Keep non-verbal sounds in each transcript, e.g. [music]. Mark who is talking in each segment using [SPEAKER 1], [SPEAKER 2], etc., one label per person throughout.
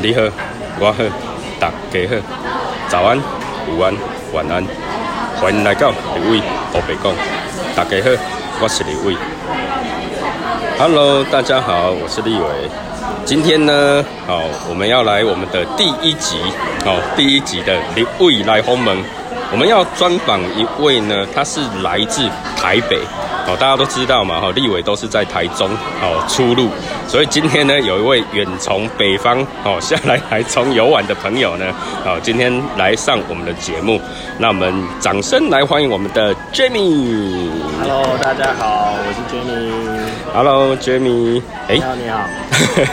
[SPEAKER 1] 你好，我好，大家好，早安、午安、晚安，欢迎来到李伟湖北讲。大家好，我是李伟。Hello，大家好，我是立伟。今天呢，好、我们要来我们的第一集，好、第一集的李伟来鸿门。我们要专访一位呢，他是来自台北，哦，大家都知道嘛，哈、立委都是在台中，哦，出入，所以今天呢，有一位远从北方，哦，下来台中游玩的朋友呢，哦，今天来上我们的节目，那我们掌声来欢迎我们的 Jamie。
[SPEAKER 2] Hello，大家好，我是 Jenny。
[SPEAKER 1] Hello，Jamie，哎
[SPEAKER 2] 你好，你好。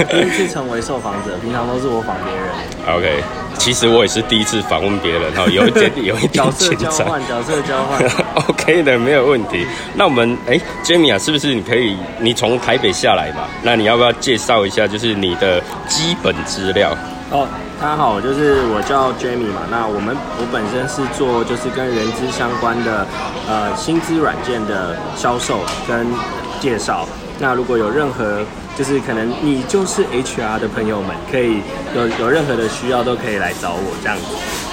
[SPEAKER 2] 第一次成为受访者，平常都是我访别人。
[SPEAKER 1] OK，其实我也是第一次访问别人哈，有一
[SPEAKER 2] [laughs]
[SPEAKER 1] 点有一点
[SPEAKER 2] 角色
[SPEAKER 1] 紧
[SPEAKER 2] 交
[SPEAKER 1] 张
[SPEAKER 2] 换，。角色交换。
[SPEAKER 1] [laughs] OK 的，没有问题。那我们哎、j a m i e 啊，是不是你可以？你从台北下来嘛？那你要不要介绍一下，就是你的基本资料？
[SPEAKER 2] 哦，大家好，就是我叫 Jamie 嘛。那我们我本身是做就是跟人资相关的呃薪资软件的销售跟介绍。那如果有任何就是可能你就是 HR 的朋友们，可以有有任何的需要都可以来找我这样子。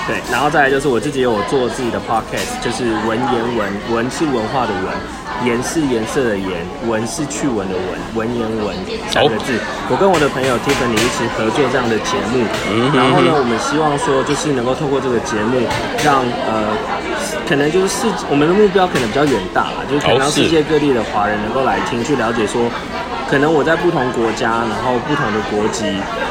[SPEAKER 2] 对，然后再来就是我自己有我做自己的 podcast，就是文言文，文是文化的文，颜是颜色的颜，文是去文的文，文言文三个字。我跟我的朋友 Tiffany 一起合作这样的节目，然后呢，我们希望说就是能够透过这个节目让，呃，可能就是世我们的目标可能比较远大啦，就是可能让
[SPEAKER 1] 哦是
[SPEAKER 2] 世界各地的华人能够来听，去了解说。可能我在不同国家，然后不同的国籍，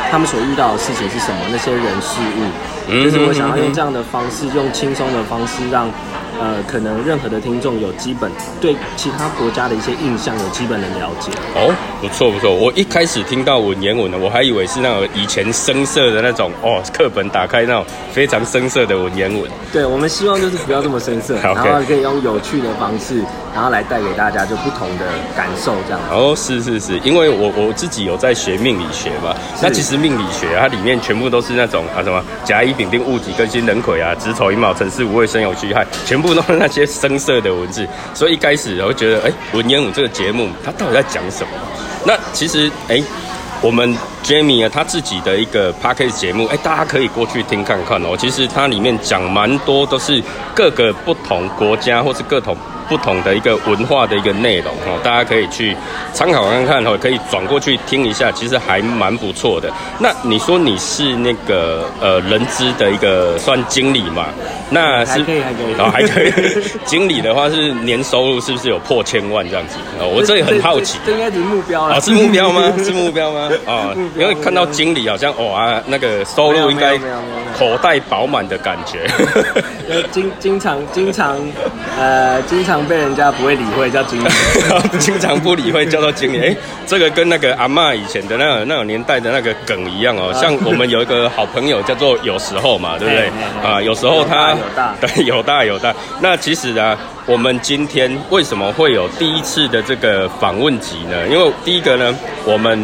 [SPEAKER 2] 他们所遇到的事情是什么？那些人事物，就是我想要用这样的方式，用轻松的方式让，呃，可能任何的听众有基本对其他国家的一些印象有基本的了解。
[SPEAKER 1] 哦，不错不错。我一开始听到文言文呢，我还以为是那种以前生涩的那种哦，课本打开那种非常生涩的文言文。
[SPEAKER 2] 对，我们希望就是不要这么
[SPEAKER 1] [laughs]
[SPEAKER 2] 深涩，
[SPEAKER 1] 好
[SPEAKER 2] 然后可以用有趣的方式，然后来带给大家就不同的感受，这样。
[SPEAKER 1] 哦，是是是，因为我我自己有在学命理学嘛，那其实命理学啊它里面全部都是那种啊什么甲乙丙丁戊己庚辛壬癸啊，子丑寅卯辰巳午未申酉戌亥，全部都是那些生涩的文字，所以一开始我就觉得，哎、文言武这个节目它到底在讲什么？那其实，哎、我们 Jamie 啊，他自己的一个 p a c k a g e 节目，哎，大家可以过去听看看哦。其实它里面讲蛮多都是各个不同国家或是各种不同的一个文化的一个内容哦，大家可以去参考看看哦，可以转过去听一下，其实还蛮不错的。那你说你是那个呃人资的一个算经理嘛？那是
[SPEAKER 2] 还可以还可以
[SPEAKER 1] 哦还可以。 [laughs] 经理的话是年收入是不是有破千万这样子？哦，我这也很好
[SPEAKER 2] [laughs]
[SPEAKER 1] 奇。
[SPEAKER 2] 这应该是目标
[SPEAKER 1] 啊，
[SPEAKER 2] 了。
[SPEAKER 1] 是目标吗？是目标吗？啊
[SPEAKER 2] 目，标
[SPEAKER 1] 因为看到经理好像哇、啊，那个收入应该
[SPEAKER 2] 没有没有没有没有
[SPEAKER 1] 口袋饱满的感
[SPEAKER 2] [laughs]
[SPEAKER 1] 觉。 [laughs]
[SPEAKER 2] 呃， [laughs] 经经常经常，呃，经常被人家不会理会
[SPEAKER 1] [laughs]
[SPEAKER 2] 叫经理。 [laughs]
[SPEAKER 1] 经常不理会叫到经理，哎、这个跟那个阿嬷以前的那种那种年代的那个梗一样哦。
[SPEAKER 2] 啊
[SPEAKER 1] 像我们有一个好朋友叫做有时候嘛，对不对
[SPEAKER 2] [laughs] 哎？哎哎
[SPEAKER 1] 啊，有时候他
[SPEAKER 2] 有大有大
[SPEAKER 1] 对 [laughs] 有大有大。那其实啊，我们今天为什么会有第一次的这个访问集呢？因为第一个呢，我们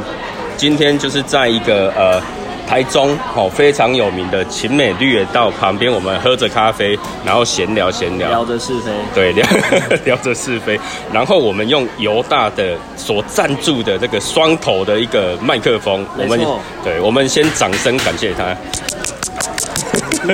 [SPEAKER 1] 今天就是在一个呃。台中哦，非常有名的秦美绿野道旁边，我们喝着咖啡，然后闲聊闲聊，
[SPEAKER 2] 聊着是非，
[SPEAKER 1] 对， [laughs] 聊聊着是非，然后我们用犹大的所赞助的这个双头的一个麦克风，我
[SPEAKER 2] 没
[SPEAKER 1] 们
[SPEAKER 2] 错
[SPEAKER 1] 对，我们先掌声感谢他。 [laughs]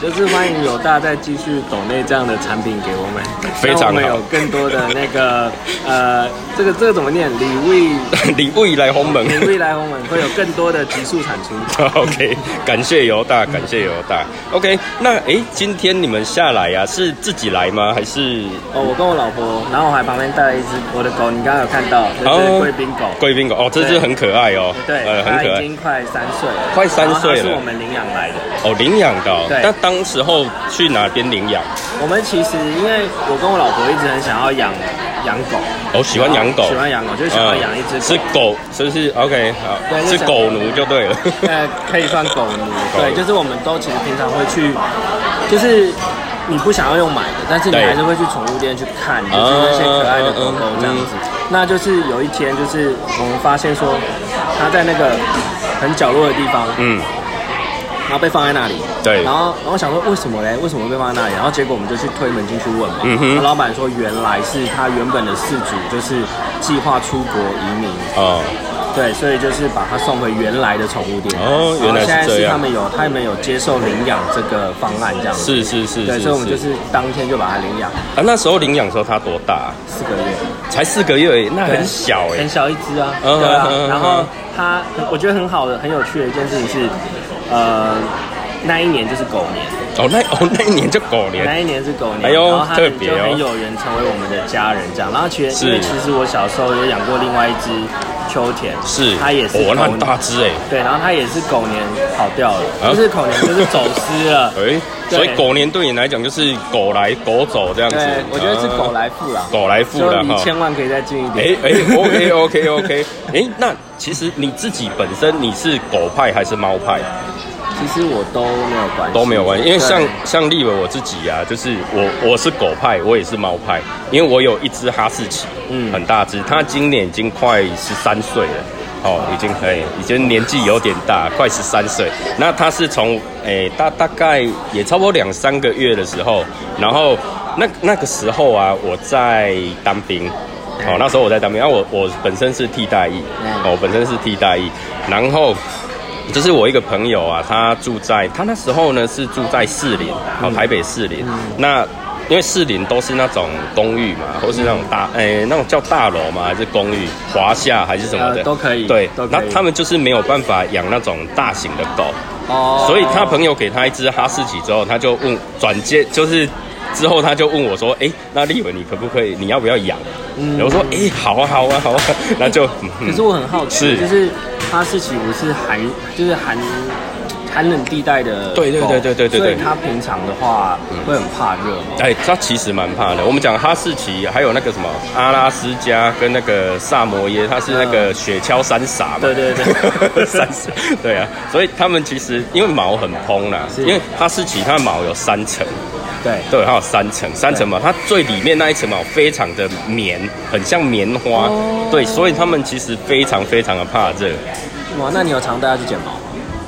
[SPEAKER 2] 就是欢迎有大再继续抖内这样的产品给我们，
[SPEAKER 1] 非常好
[SPEAKER 2] 让我们有更多的那个呃，这个这个怎么念？礼物
[SPEAKER 1] 礼物来鸿
[SPEAKER 2] [laughs]
[SPEAKER 1] 门。
[SPEAKER 2] 礼物来我们会有更多的集数产出。
[SPEAKER 1] OK，感谢犹大，感谢犹大。OK，那诶，今天你们下来啊，是自己来吗？还是
[SPEAKER 2] 哦，我跟我老婆，然后我还旁边带了一只我的狗，你刚刚有看到，这是
[SPEAKER 1] 哦
[SPEAKER 2] 贵宾狗。
[SPEAKER 1] 贵宾狗？哦，这只
[SPEAKER 2] 对
[SPEAKER 1] 很可爱哦，
[SPEAKER 2] 对，
[SPEAKER 1] 呃，很
[SPEAKER 2] 它
[SPEAKER 1] 可
[SPEAKER 2] 已
[SPEAKER 1] 爱
[SPEAKER 2] 经快三岁了，
[SPEAKER 1] 快三岁了
[SPEAKER 2] 然后它是我们领养来的。
[SPEAKER 1] 哦，领养的、哦。
[SPEAKER 2] 对
[SPEAKER 1] 那当时候去哪边领养？
[SPEAKER 2] 我们其实因为我跟我老婆一直很想要养养
[SPEAKER 1] [laughs]
[SPEAKER 2] 狗，
[SPEAKER 1] 哦，喜欢养狗，
[SPEAKER 2] 喜欢养狗，就是想要养一只
[SPEAKER 1] 嗯
[SPEAKER 2] 狗。
[SPEAKER 1] 是狗，是不是？OK，好，
[SPEAKER 2] 对
[SPEAKER 1] 是
[SPEAKER 2] 就想
[SPEAKER 1] 狗奴就
[SPEAKER 2] [laughs]
[SPEAKER 1] 对了。
[SPEAKER 2] 呃，可以算狗
[SPEAKER 1] 狗
[SPEAKER 2] 奴。
[SPEAKER 1] 奴
[SPEAKER 2] 对，就是我们都其实平常会去，就是你不想要用买的，但是你
[SPEAKER 1] 对
[SPEAKER 2] 还是会去宠物店去看，
[SPEAKER 1] 啊
[SPEAKER 2] 就是那些可爱的狗狗这样子。
[SPEAKER 1] 嗯
[SPEAKER 2] 那就是有一天，就是我们发现说，它在那个很角落的地方，
[SPEAKER 1] 嗯，
[SPEAKER 2] 然后被放在那里。
[SPEAKER 1] 对
[SPEAKER 2] 然后，然后我想说为什么嘞？为什么会被放在那里？然后结果我们就去推门进去问嘛。
[SPEAKER 1] 嗯哼
[SPEAKER 2] 然后老板说，原来是他原本的事主就是计划出国移民，
[SPEAKER 1] 哦，
[SPEAKER 2] 对，所以就是把它送回原来的宠物店。
[SPEAKER 1] 哦原来是
[SPEAKER 2] 然后现在
[SPEAKER 1] 这
[SPEAKER 2] 是
[SPEAKER 1] 样
[SPEAKER 2] 他们有他们有接受领养这个方案这样子。
[SPEAKER 1] 是是是
[SPEAKER 2] 对，
[SPEAKER 1] 是
[SPEAKER 2] 所以我们
[SPEAKER 1] 是
[SPEAKER 2] 就是当天就把它领养
[SPEAKER 1] 啊，那时候领养的时候它多大啊、
[SPEAKER 2] 四个月。
[SPEAKER 1] 才四个月而已，那很小哎、
[SPEAKER 2] 很小一只啊，
[SPEAKER 1] 嗯
[SPEAKER 2] 对啊
[SPEAKER 1] 嗯嗯。
[SPEAKER 2] 然后它，我觉得很好的、很有趣的一件事情是，呃，那一年就是狗年，
[SPEAKER 1] 哦，那哦那一年就狗年，
[SPEAKER 2] [laughs] 那一年是狗年，
[SPEAKER 1] 哎呦
[SPEAKER 2] 然后它
[SPEAKER 1] 特
[SPEAKER 2] 们
[SPEAKER 1] 别
[SPEAKER 2] 就
[SPEAKER 1] 哦
[SPEAKER 2] 很有缘成为我们的家人这样。然后其实因为
[SPEAKER 1] 是
[SPEAKER 2] 其实我小时候有养过另外一只秋田，
[SPEAKER 1] 是
[SPEAKER 2] 它也是
[SPEAKER 1] 哦，那
[SPEAKER 2] 狗
[SPEAKER 1] 很大
[SPEAKER 2] 年，
[SPEAKER 1] 只哎、
[SPEAKER 2] 对，然后它也是狗年跑掉了，
[SPEAKER 1] 啊。
[SPEAKER 2] 就是狗年就是走失了
[SPEAKER 1] 哎、
[SPEAKER 2] 对
[SPEAKER 1] 所以狗年对你来讲就是狗来狗走 [laughs] 这样子
[SPEAKER 2] 对，，我觉得是
[SPEAKER 1] 啊、
[SPEAKER 2] 狗来富了，
[SPEAKER 1] 狗来富
[SPEAKER 2] 所
[SPEAKER 1] 了
[SPEAKER 2] 以
[SPEAKER 1] 哈
[SPEAKER 2] 离。千万可以再近一
[SPEAKER 1] 哎
[SPEAKER 2] 点。
[SPEAKER 1] 哎，OK OK OK，哎、那其实你自己本身你是狗派还是猫派
[SPEAKER 2] [laughs] 其实我都没有关系，
[SPEAKER 1] 都没有关系，因为
[SPEAKER 2] 对
[SPEAKER 1] 像像立伟我自己啊，就是我我是狗派，我也是猫派，因为我有一只哈士奇，
[SPEAKER 2] 嗯
[SPEAKER 1] 嗯，很大只，它今年已经快十三岁了。哦，已经哎，已经年纪有点大，快十三岁。那它是从哎大大概也差不多两三个月的时候，然后那那个时候啊，我在当兵，哦，那时候我在当兵，啊，我我本身是替代役，
[SPEAKER 2] 嗯
[SPEAKER 1] 哦，我本身是替代役，然后就是我一个朋友啊，他住在他那时候呢是住在士林，
[SPEAKER 2] 嗯
[SPEAKER 1] 哦，台北士林。那因为士林都是那种公寓嘛，或是那种大
[SPEAKER 2] 嗯
[SPEAKER 1] 诶、那种叫大楼嘛，还是公寓，华夏还是什么的，
[SPEAKER 2] 呃都可以
[SPEAKER 1] 对
[SPEAKER 2] 都，可
[SPEAKER 1] 那
[SPEAKER 2] 以
[SPEAKER 1] 他们就是没有办法养那种大型的狗，
[SPEAKER 2] 哦
[SPEAKER 1] 所以他朋友给他一只哈士奇之后，他就问转接，就是之后他就问我说：“哎、那立文你可不可以？你要不要养？”然
[SPEAKER 2] 嗯
[SPEAKER 1] 后我说：“哎、好啊，好啊，好啊。”那就可
[SPEAKER 2] 可是我很好奇，
[SPEAKER 1] 是
[SPEAKER 2] 就是哈士奇不是寒，就是寒寒冷地带的狗，
[SPEAKER 1] 对对对对对嗯对对
[SPEAKER 2] 所以它平常的话会很怕热嘛。
[SPEAKER 1] 哎，它其实蛮怕的。我们讲哈士奇，还有那个什么阿拉斯加跟那个萨摩耶，它是那个雪橇三傻嘛。
[SPEAKER 2] 嗯对对
[SPEAKER 1] [laughs]
[SPEAKER 2] 对
[SPEAKER 1] 三傻。对啊，所以他们其实因为毛很蓬啦，
[SPEAKER 2] 是
[SPEAKER 1] 因为哈士奇它的毛有三层，
[SPEAKER 2] 对，
[SPEAKER 1] 对，它有三层，三层毛，它最里面那一层毛非常的绵，很像棉花。
[SPEAKER 2] 哦
[SPEAKER 1] 对，所以它们其实非常非常的怕热。
[SPEAKER 2] 哇，那你有常带它去剪毛吗？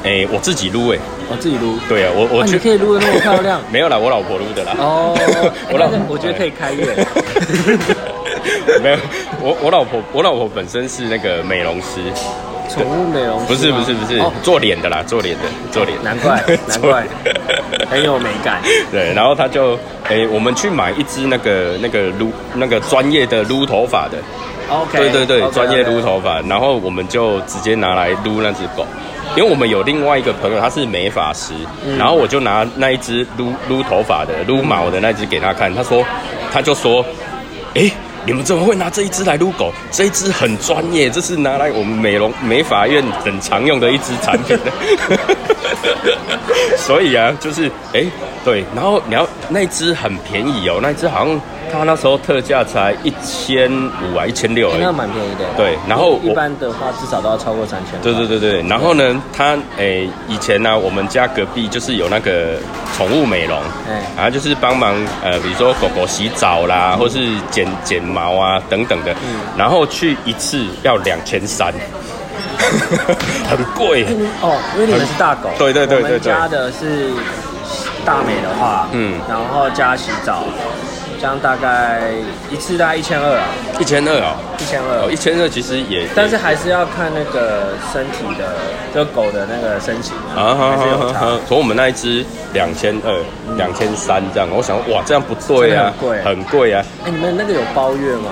[SPEAKER 1] 哎，我自己撸哎，
[SPEAKER 2] 我自己撸。
[SPEAKER 1] 对啊，我我
[SPEAKER 2] 哇你
[SPEAKER 1] 去
[SPEAKER 2] 可以撸的那么漂亮
[SPEAKER 1] [laughs] 没有啦，我老婆撸的啦。
[SPEAKER 2] 哦
[SPEAKER 1] [laughs] ，我老
[SPEAKER 2] 哎那我觉得可以开业。
[SPEAKER 1] [laughs] 没有，我我老婆我老婆本身是那个美容师，
[SPEAKER 2] 宠物美容
[SPEAKER 1] 不
[SPEAKER 2] 师
[SPEAKER 1] 是
[SPEAKER 2] 吗
[SPEAKER 1] 不是不是、
[SPEAKER 2] 哦
[SPEAKER 1] 做脸的啦，做脸的做脸的。
[SPEAKER 2] 难怪难怪
[SPEAKER 1] [laughs] 做
[SPEAKER 2] 很有美感。
[SPEAKER 1] [laughs] 对，然后他就诶、我们去买一支那个那个撸那个专业的撸头发的
[SPEAKER 2] OK，
[SPEAKER 1] 对对对，
[SPEAKER 2] OK，
[SPEAKER 1] 专业
[SPEAKER 2] OK
[SPEAKER 1] 撸。头发，然后我们就直接拿来撸那只狗，因为我们有另外一个朋友，他是美发师，然后我就拿那一只撸撸头发的、撸毛的那只给他看，他说，他就说，诶，你们怎么会拿这一只来撸狗？这一只很专业，这是拿来我们美容美发院很常用的一支产品 [laughs] 的。所以啊，就是诶，对，然后你要那一只很便宜哦，那一只好像它那时候特价才一千五啊，一千六
[SPEAKER 2] 哎
[SPEAKER 1] 而已
[SPEAKER 2] 那。蛮便宜的。
[SPEAKER 1] 对然后我
[SPEAKER 2] 一般的话至少都要超过三千。
[SPEAKER 1] 对对对对，然后呢，他诶、以前呢、我们家隔壁就是有那个宠物美容，
[SPEAKER 2] 哎
[SPEAKER 1] 然后就是帮忙呃，比如说狗狗洗澡啦，
[SPEAKER 2] 嗯
[SPEAKER 1] 或是剪剪毛啊等等的，然后去一次要两千
[SPEAKER 2] [laughs]
[SPEAKER 1] 三，很贵。
[SPEAKER 2] 哦，因为你们是大狗，
[SPEAKER 1] 对对对
[SPEAKER 2] 我
[SPEAKER 1] 对对
[SPEAKER 2] 们家的是大美的话，嗯
[SPEAKER 1] 嗯，
[SPEAKER 2] 然后加洗澡，这样大概一次大概一千二啊，
[SPEAKER 1] 一千二哦，
[SPEAKER 2] 一千
[SPEAKER 1] 哦，
[SPEAKER 2] 二
[SPEAKER 1] 一。千二其实也，
[SPEAKER 2] 但是还是要看那个身体的，就狗的那个身形
[SPEAKER 1] 啊
[SPEAKER 2] 啊，
[SPEAKER 1] 哈
[SPEAKER 2] 还是有
[SPEAKER 1] 哈
[SPEAKER 2] 差嗯
[SPEAKER 1] 哈。，从我们那一只两千二、两千三这样，我想哇，这样不对啊，
[SPEAKER 2] 真的很贵
[SPEAKER 1] 很贵啊，
[SPEAKER 2] 哎，你们那个有包月吗？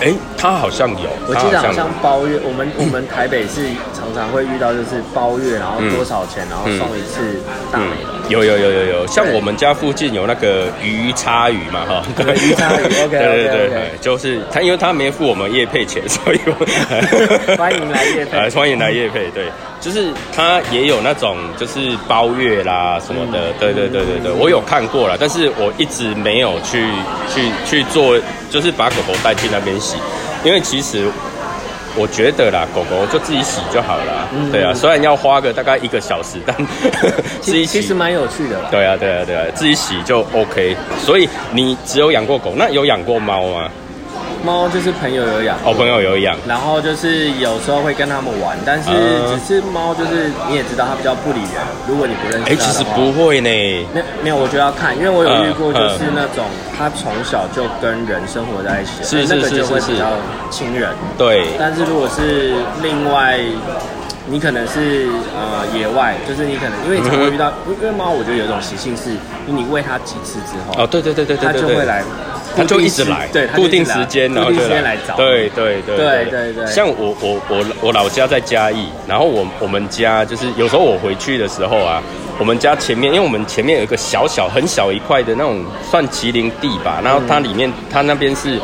[SPEAKER 1] 哎，它好像有，
[SPEAKER 2] 我
[SPEAKER 1] 它
[SPEAKER 2] 记得好
[SPEAKER 1] 有
[SPEAKER 2] 像包月，我们我们台北是常常会遇到，就是包月，然后多少钱，然后送一次大
[SPEAKER 1] 嗯
[SPEAKER 2] 美的。，
[SPEAKER 1] 有有有有有，像
[SPEAKER 2] 对
[SPEAKER 1] 我们家附近有那个鱼叉鱼嘛，哈，
[SPEAKER 2] 对鱼叉鱼，OK，OK，OK
[SPEAKER 1] [laughs] 对对对，就是他，因为他没付我们业配钱， [laughs] 所以我
[SPEAKER 2] [laughs] 欢迎来业配
[SPEAKER 1] 呃 [laughs] 欢迎来业配，对，就是他也有那种就是包月啦什么
[SPEAKER 2] 嗯
[SPEAKER 1] 的，对对对对对，我有看过啦，但是我一直没有去去去做，就是把狗狗带去那边洗，因为其实我觉得啦，狗狗就自己洗就好啦。
[SPEAKER 2] 嗯
[SPEAKER 1] 对啊，虽然要花个大概一个小时，但自己
[SPEAKER 2] 其
[SPEAKER 1] 洗
[SPEAKER 2] 其实蛮有趣的啦。
[SPEAKER 1] 对啊，对啊，对啊，自己洗就 OK。所以你只有养过狗，那有养过猫吗？
[SPEAKER 2] 猫就是朋友有养，
[SPEAKER 1] 哦，朋友有养，
[SPEAKER 2] 然后就是有时候会跟他们玩，但是
[SPEAKER 1] 嗯
[SPEAKER 2] 只是猫就是你也知道它比较不理人，如果你不认识它
[SPEAKER 1] 哎，
[SPEAKER 2] 的
[SPEAKER 1] 其实
[SPEAKER 2] 话
[SPEAKER 1] 不会呢，
[SPEAKER 2] 没没有，我觉得要看，因为我有遇过，
[SPEAKER 1] 嗯
[SPEAKER 2] 就是那种他从小就跟人生活在一起，
[SPEAKER 1] 是
[SPEAKER 2] 那个
[SPEAKER 1] 是是
[SPEAKER 2] 就会
[SPEAKER 1] 是
[SPEAKER 2] 比较亲人。
[SPEAKER 1] 对，
[SPEAKER 2] 但是如果是另外，你可能是呃野外，就是你可能因为你常会遇到，
[SPEAKER 1] 嗯
[SPEAKER 2] 因为猫我觉得有一种习性是，你喂它几次之后，
[SPEAKER 1] 哦，对对对对
[SPEAKER 2] 它
[SPEAKER 1] 对
[SPEAKER 2] 就
[SPEAKER 1] 对
[SPEAKER 2] 会
[SPEAKER 1] 对。
[SPEAKER 2] 来，
[SPEAKER 1] 它就
[SPEAKER 2] 固定
[SPEAKER 1] 一
[SPEAKER 2] 时
[SPEAKER 1] 直来，
[SPEAKER 2] 对，它就
[SPEAKER 1] 固
[SPEAKER 2] 一直
[SPEAKER 1] 定
[SPEAKER 2] 来
[SPEAKER 1] 时间，然后
[SPEAKER 2] 固
[SPEAKER 1] 就
[SPEAKER 2] 定时间来找，
[SPEAKER 1] 对对对
[SPEAKER 2] 对对对
[SPEAKER 1] 像我我我我老家在嘉义，然后我我们家就是有时候我回去的时候啊，我们家前面，因为我们前面有一个小小很小一块的那种算麒麟地吧，然后它里面它那边是。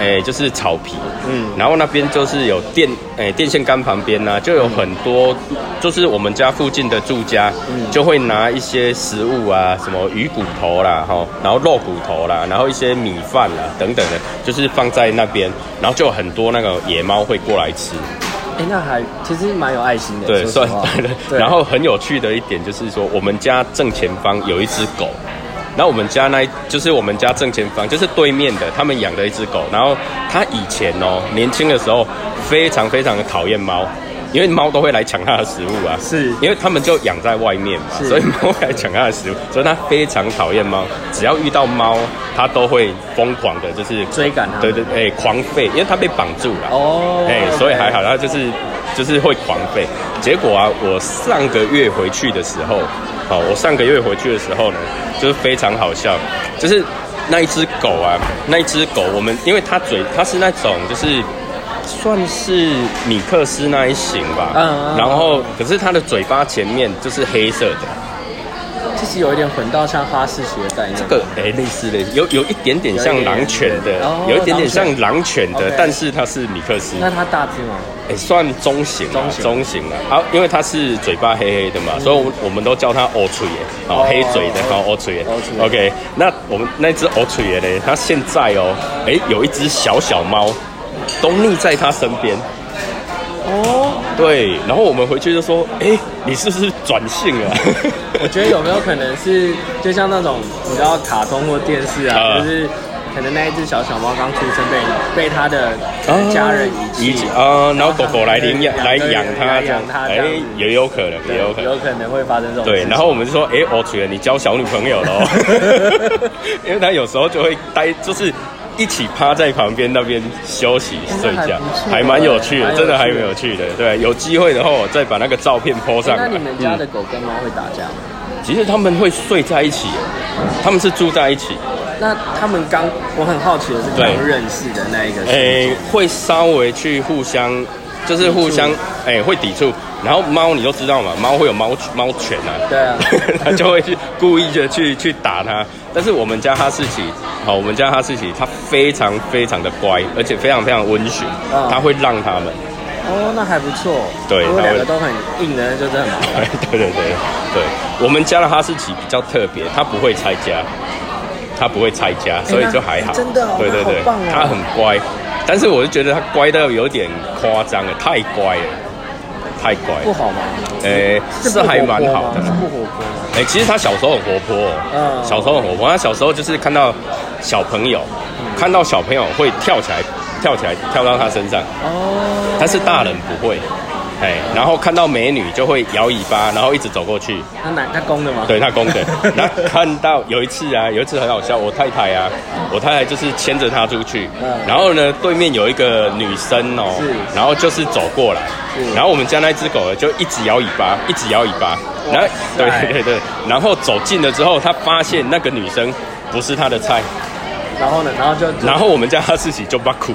[SPEAKER 1] 哎、就是草皮，
[SPEAKER 2] 嗯
[SPEAKER 1] 嗯，然后那边就是有电，哎、电线杆旁边呢、就有很多，就是我们家附近的住家，就会拿一些食物啊，什么鱼骨头啦，哈，然后肉骨头啦，然后一些米饭啦等等的，就是放在那边，然后就有很多那个野猫会过来吃，
[SPEAKER 2] 哎，那还其实蛮有爱心的，
[SPEAKER 1] 对，
[SPEAKER 2] 说
[SPEAKER 1] 算
[SPEAKER 2] 实话
[SPEAKER 1] 对
[SPEAKER 2] 对
[SPEAKER 1] 然后很有趣的一点就是说，我们家正前方有一只狗，然后我们家那一就是我们家正前方就是对面的，他们养的一只狗。然后它以前哦年轻的时候非常非常的讨厌猫。因为猫都会来抢它的食物啊，
[SPEAKER 2] 是
[SPEAKER 1] 因为他们就养在外面嘛，
[SPEAKER 2] 是
[SPEAKER 1] 所以猫会来抢它的食物，所以它非常讨厌猫。只要遇到猫，它都会疯狂的，就是
[SPEAKER 2] 追赶它们
[SPEAKER 1] 对对，哎、狂吠，因为它被绑住了。
[SPEAKER 2] 哦，
[SPEAKER 1] 哎、所以还
[SPEAKER 2] OK
[SPEAKER 1] 好，他就是就是会狂吠。结果啊，我上个月回去的时候，好、我上个月回去的时候呢，就是非常好笑，就是那一只狗啊，那一只狗，我们因为它嘴它是那种就是。算是米克斯那一型吧，
[SPEAKER 2] 嗯嗯嗯
[SPEAKER 1] 然后可是它的嘴巴前面就是黑色的，
[SPEAKER 2] 其实有一点混到像哈士奇的概念，
[SPEAKER 1] 这个哎、类似类似，有有一点点像狼犬的，
[SPEAKER 2] 有
[SPEAKER 1] 有
[SPEAKER 2] 一点
[SPEAKER 1] 一点点像狼犬
[SPEAKER 2] 哦哦狼
[SPEAKER 1] 的
[SPEAKER 2] 犬，
[SPEAKER 1] 但是它是米克斯。
[SPEAKER 2] 那它大只吗？
[SPEAKER 1] 也哎算中型啊
[SPEAKER 2] 中型嗯
[SPEAKER 1] 中型啊。啊，因为它是嘴巴黑黑的嘛，所以我们我们都叫它欧嘴耶，
[SPEAKER 2] 哦
[SPEAKER 1] 哦，黑嘴的，
[SPEAKER 2] 哦
[SPEAKER 1] 哦，欧嘴耶
[SPEAKER 2] 欧嘴。
[SPEAKER 1] OK，那我们那只欧嘴耶嘞，它现在哦，哎，有一只小小猫都腻在它身边。
[SPEAKER 2] 哦，
[SPEAKER 1] 对，然后我们回去就说，哎，你是不是转性了？
[SPEAKER 2] 我觉得有没有可能是就像那种你知道卡通或电视啊，
[SPEAKER 1] 啊
[SPEAKER 2] 就是可能那一只小小猫刚出生被被它的
[SPEAKER 1] [laughs] 啊
[SPEAKER 2] 家人遗
[SPEAKER 1] 遗
[SPEAKER 2] 弃
[SPEAKER 1] 弃，啊，然后狗狗来领养来养它
[SPEAKER 2] 来
[SPEAKER 1] 这样
[SPEAKER 2] 养，它这
[SPEAKER 1] 哎
[SPEAKER 2] 样，
[SPEAKER 1] 也有可能，也有可
[SPEAKER 2] 对
[SPEAKER 1] 能
[SPEAKER 2] 有。可能会发生这种
[SPEAKER 1] 对，
[SPEAKER 2] 事
[SPEAKER 1] 然后我们就说，哎、我去了，你交小女朋友喽，
[SPEAKER 2] [laughs]
[SPEAKER 1] 因为他有时候就会待，就是一起趴在旁边那边休息睡觉
[SPEAKER 2] 哎那还不，错
[SPEAKER 1] 还蛮有趣的，
[SPEAKER 2] 蛮有趣的
[SPEAKER 1] 真的还蛮有趣的。对，有机会的话，我再把那个照片 po
[SPEAKER 2] 情。
[SPEAKER 1] 上
[SPEAKER 2] 哎那
[SPEAKER 1] 来。嗯
[SPEAKER 2] 你们家的狗跟猫会打架吗？
[SPEAKER 1] 其实他们会睡在一起，他们是住在一起，
[SPEAKER 2] 那他们刚，我很好奇的是刚
[SPEAKER 1] 对
[SPEAKER 2] 认识的那一个
[SPEAKER 1] 哎、
[SPEAKER 2] 是，
[SPEAKER 1] 会稍微去互相，就是互相
[SPEAKER 2] 抵触，
[SPEAKER 1] 哎、会抵触。然后猫你都知道嘛，猫会有猫猫拳啊，
[SPEAKER 2] 对
[SPEAKER 1] [laughs]
[SPEAKER 2] 啊
[SPEAKER 1] 它就会去故意的去去打它。但是我们家哈士奇，好，我们家哈士奇它非常非常的乖，而且非常非常温驯
[SPEAKER 2] 嗯，
[SPEAKER 1] 它会让它们。 [laughs]
[SPEAKER 2] 哦，那还不错。
[SPEAKER 1] 对
[SPEAKER 2] 如果
[SPEAKER 1] 它
[SPEAKER 2] 两
[SPEAKER 1] 会
[SPEAKER 2] 个都很硬的，那就真的很麻烦。
[SPEAKER 1] 对对对对对，我们家的哈士奇比较特别，它不会拆家，它不会拆家，所以就还好。
[SPEAKER 2] 哎那真的哦
[SPEAKER 1] 对对对
[SPEAKER 2] 那好棒哦，
[SPEAKER 1] 它很乖，但是我就觉得它乖到有点夸张了，太乖了，太乖
[SPEAKER 2] 不
[SPEAKER 1] 了。
[SPEAKER 2] 好吗？
[SPEAKER 1] 诶、是还蛮好的
[SPEAKER 2] 哦是
[SPEAKER 1] 啦。
[SPEAKER 2] 不活泼吗？
[SPEAKER 1] 诶、哎其实它小时候很活泼、哦，
[SPEAKER 2] 嗯
[SPEAKER 1] 小时候很活泼。它小时候就是看到小朋友，看到小朋友会跳起来，跳起来跳到它身上。
[SPEAKER 2] 哦，
[SPEAKER 1] 但是大人不会，哎，然后看到美女就会摇尾巴，然后一直走过去，
[SPEAKER 2] 他男他公的吗？
[SPEAKER 1] 对他公的。那看到有一次啊，有一次很好笑，我太太啊，我太太就是牵着她出去
[SPEAKER 2] 嗯，
[SPEAKER 1] 然后呢，对面有一个女生哦
[SPEAKER 2] 是，
[SPEAKER 1] 然后就是走过来
[SPEAKER 2] 是，
[SPEAKER 1] 然后我们家那只狗呢就一直摇尾巴，一直摇尾巴，然后
[SPEAKER 2] 哇
[SPEAKER 1] 对
[SPEAKER 2] 塞
[SPEAKER 1] 对对，然后走近了之后，她发现那个女生不是她的菜，
[SPEAKER 2] 然后呢，然后就
[SPEAKER 1] 然后我们家哈士奇就巴
[SPEAKER 2] [laughs]
[SPEAKER 1] 哭，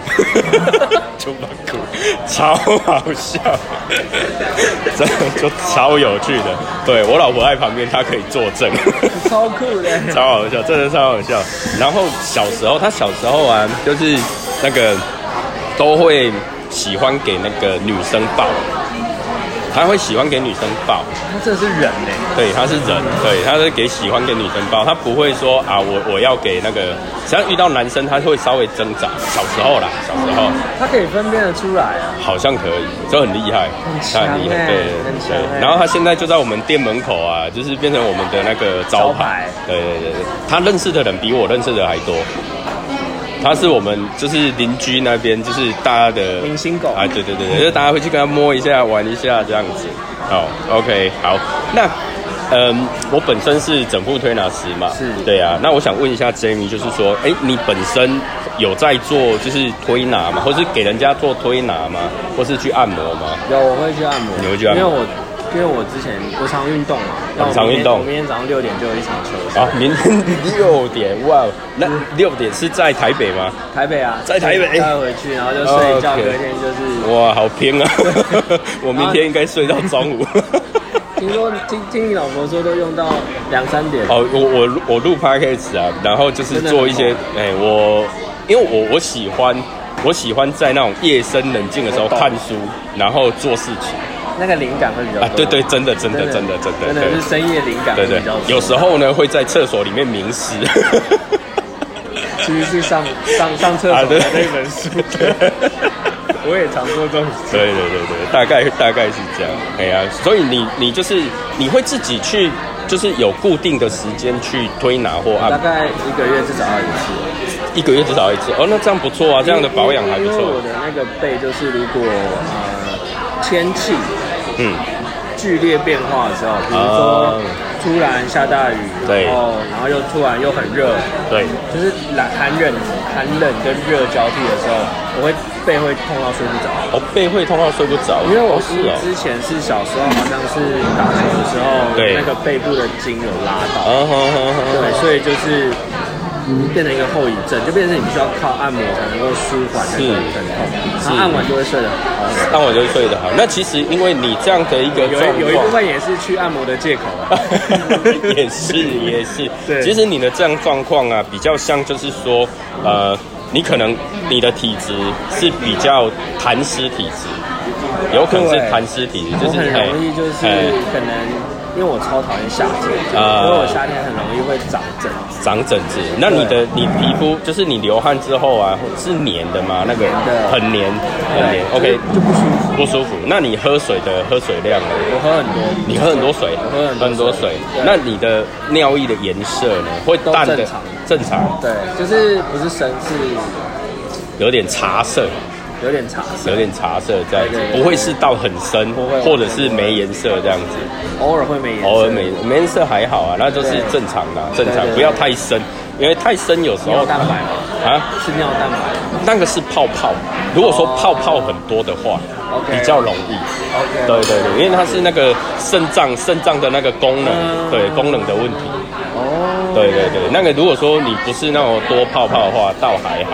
[SPEAKER 1] 就巴哭，超好笑， [laughs] 真的就超有趣的。对我老婆在旁边，她可以作证，
[SPEAKER 2] 超酷
[SPEAKER 1] [laughs]
[SPEAKER 2] 的。
[SPEAKER 1] 超好笑，真的超好笑。然后小时候，她小时候啊，就是那个都会喜欢给那个女生抱，她会喜欢给女生抱。
[SPEAKER 2] 他这是人欸呢，
[SPEAKER 1] 对，他是人，对，他是给喜欢给女生抱，他不会说啊，我我要给那个，只要遇到男生，他会稍微挣扎。小时候啦，小时候
[SPEAKER 2] 他可以分辨得出来啊。
[SPEAKER 1] 好像可以，就很厉害，
[SPEAKER 2] 强
[SPEAKER 1] 他很厉害，
[SPEAKER 2] 欸
[SPEAKER 1] 对
[SPEAKER 2] 很强欸
[SPEAKER 1] 对。然后他现在就在我们店门口啊，就是变成我们的那个招
[SPEAKER 2] 招牌
[SPEAKER 1] 牌。对对对对，他认识的人比我认识的还多。它是我们就是邻居那边，就是大家的
[SPEAKER 2] 明星狗
[SPEAKER 1] 啊，对对对对，就大家会去跟它摸一下、玩一下这样子。好，OK，好，那。嗯，我本身是整副推拿师嘛，
[SPEAKER 2] 是
[SPEAKER 1] 对啊。那我想问一下 Jamie，就是说，哎、你本身有在做就是推拿吗？或是给人家做推拿吗？或是去按摩吗？
[SPEAKER 2] 有，我会去按摩。
[SPEAKER 1] 你会去按摩哦
[SPEAKER 2] 因为我因为我之前我常运动嘛，那我
[SPEAKER 1] 常
[SPEAKER 2] 明天
[SPEAKER 1] 运动
[SPEAKER 2] 我明天早上六点就有一场球赛，
[SPEAKER 1] 啊，明天六点，哇，那六点是在台北吗？
[SPEAKER 2] 台北啊，
[SPEAKER 1] 在台北
[SPEAKER 2] 再回去，然后就睡一觉，
[SPEAKER 1] 哦，OK
[SPEAKER 2] 隔天就是。
[SPEAKER 1] 哇，好偏啊！我明天应该睡到中午。
[SPEAKER 2] 听说听听你老婆说都用到两三点，
[SPEAKER 1] 哦，我我录我录 podcast 啊，然后就是做一些，哎、我因为我我喜欢我喜欢在那种夜深人静的时候
[SPEAKER 2] 我懂
[SPEAKER 1] 看书，然后做事情
[SPEAKER 2] 那个灵感会比较
[SPEAKER 1] 啊
[SPEAKER 2] 多。，
[SPEAKER 1] 对对，真的真的真的真的
[SPEAKER 2] 真
[SPEAKER 1] 对
[SPEAKER 2] 的是深夜灵感会
[SPEAKER 1] 对对
[SPEAKER 2] 比较多，
[SPEAKER 1] 有时候呢会在厕所里面冥思。
[SPEAKER 2] 其实 [laughs] 是上上上厕
[SPEAKER 1] 啊
[SPEAKER 2] 所
[SPEAKER 1] 对
[SPEAKER 2] 的那本
[SPEAKER 1] [laughs]
[SPEAKER 2] 书。我也常做这种事。
[SPEAKER 1] 对对对对，大概大概是这样。哎呀、所以你你就是你会自己去，就是有固定的时间去推拿或按
[SPEAKER 2] 大
[SPEAKER 1] 摩，
[SPEAKER 2] 概一个月至少要一次，
[SPEAKER 1] 一个月至少一次。哦，那这样不错啊，这样的保养还不
[SPEAKER 2] 因为
[SPEAKER 1] 错
[SPEAKER 2] 我。的那个背就是，如果呃天气
[SPEAKER 1] 嗯，
[SPEAKER 2] 剧烈变化的时候，比如说
[SPEAKER 1] 哦
[SPEAKER 2] 突然下大雨，
[SPEAKER 1] 对
[SPEAKER 2] 然后然后又突然又很热，
[SPEAKER 1] 对，
[SPEAKER 2] 就是寒寒冷寒冷跟热交替的时候，我会背会痛到睡不着。
[SPEAKER 1] 哦，背会痛到睡不着，
[SPEAKER 2] 因为我
[SPEAKER 1] 哦
[SPEAKER 2] 是
[SPEAKER 1] 是哦，
[SPEAKER 2] 之前是小时候好像是打球的时候，
[SPEAKER 1] 对
[SPEAKER 2] 那个背部的筋有拉到，
[SPEAKER 1] 啊哈
[SPEAKER 2] 对，所以就是变成一个后遗症，就变成你必须要靠按摩才能够舒缓那个疼痛，然后按完就会睡得好
[SPEAKER 1] 哈，那我就睡得好。那其实因为你这样的一个
[SPEAKER 2] 有
[SPEAKER 1] 状
[SPEAKER 2] 一有一部
[SPEAKER 1] 况。，
[SPEAKER 2] 分也是去按摩的借口啊
[SPEAKER 1] 也是也是，
[SPEAKER 2] 对
[SPEAKER 1] 其实你的这样状况啊，比较像就是说，呃，你可能你的体质是比较痰湿体质，有可能是
[SPEAKER 2] 对
[SPEAKER 1] 痰湿体质，
[SPEAKER 2] 我
[SPEAKER 1] 就是
[SPEAKER 2] 很容易就是
[SPEAKER 1] 哎哎
[SPEAKER 2] 可能，因为我超讨厌夏天，
[SPEAKER 1] 啊
[SPEAKER 2] 因为我夏天很容易会长疹子。
[SPEAKER 1] 长疹子。那你的你皮肤就是你流汗之后啊，是黏的吗？那个
[SPEAKER 2] 的
[SPEAKER 1] 很黏很黏
[SPEAKER 2] 对
[SPEAKER 1] ，OK，
[SPEAKER 2] 就就不舒服。
[SPEAKER 1] 不舒服。那你喝水的喝水量呢？
[SPEAKER 2] 我喝很多，
[SPEAKER 1] 你喝很多水，
[SPEAKER 2] 我喝很多水对
[SPEAKER 1] 那你的尿液的颜色呢？会
[SPEAKER 2] 都
[SPEAKER 1] 淡的，
[SPEAKER 2] 正常
[SPEAKER 1] 正常，
[SPEAKER 2] 对，就是不是深，是
[SPEAKER 1] 有点茶色，
[SPEAKER 2] 有点茶色，
[SPEAKER 1] 有点茶色这样子
[SPEAKER 2] 对对，对
[SPEAKER 1] 不会是到很深
[SPEAKER 2] 不会，
[SPEAKER 1] 或者是没颜色这样子，
[SPEAKER 2] 偶尔会没颜色，
[SPEAKER 1] 偶尔没没颜色还好啊，那就是
[SPEAKER 2] 对
[SPEAKER 1] 正常的，正
[SPEAKER 2] 对
[SPEAKER 1] 常
[SPEAKER 2] 对，对
[SPEAKER 1] 不要太深，因为太深有时
[SPEAKER 2] 尿
[SPEAKER 1] 候
[SPEAKER 2] 蛋白嘛，
[SPEAKER 1] 啊，
[SPEAKER 2] 是尿蛋白。
[SPEAKER 1] 那个是泡泡，如果说
[SPEAKER 2] 哦
[SPEAKER 1] 泡泡很多的话，
[SPEAKER 2] OK
[SPEAKER 1] 比较容易。
[SPEAKER 2] OK，
[SPEAKER 1] 对对对，因为它是那个肾脏肾脏的那个功能，
[SPEAKER 2] 嗯
[SPEAKER 1] 对功能的问题。
[SPEAKER 2] 哦，
[SPEAKER 1] 对对对，那个如果说你不是那种多泡泡的话，倒还好。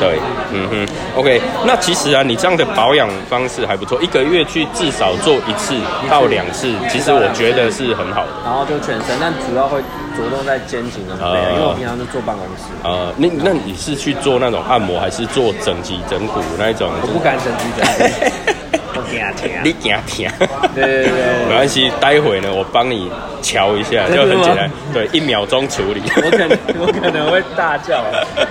[SPEAKER 1] 对，嗯哼，OK。那其实啊，你这样的保养方式还不错，一个月去至少做一次到两次，其实我觉得是很好的。
[SPEAKER 2] 然后就全身，但主要会着重在肩颈跟背
[SPEAKER 1] 哦
[SPEAKER 2] 啊，因为我平常就坐办公室，
[SPEAKER 1] 呃，那那你是去做那种按摩，还是做整脊整骨那一 [laughs] 种？
[SPEAKER 2] 我不敢伸直
[SPEAKER 1] [laughs]
[SPEAKER 2] 的，我给他听啊。
[SPEAKER 1] 你惊听？
[SPEAKER 2] 对对对对
[SPEAKER 1] 没关系，待会呢，我帮你瞧一下，就
[SPEAKER 2] 真的
[SPEAKER 1] 很
[SPEAKER 2] 吗
[SPEAKER 1] 简单，对，一秒钟处理。
[SPEAKER 2] 我可能我可能会大叫啊，
[SPEAKER 1] [laughs]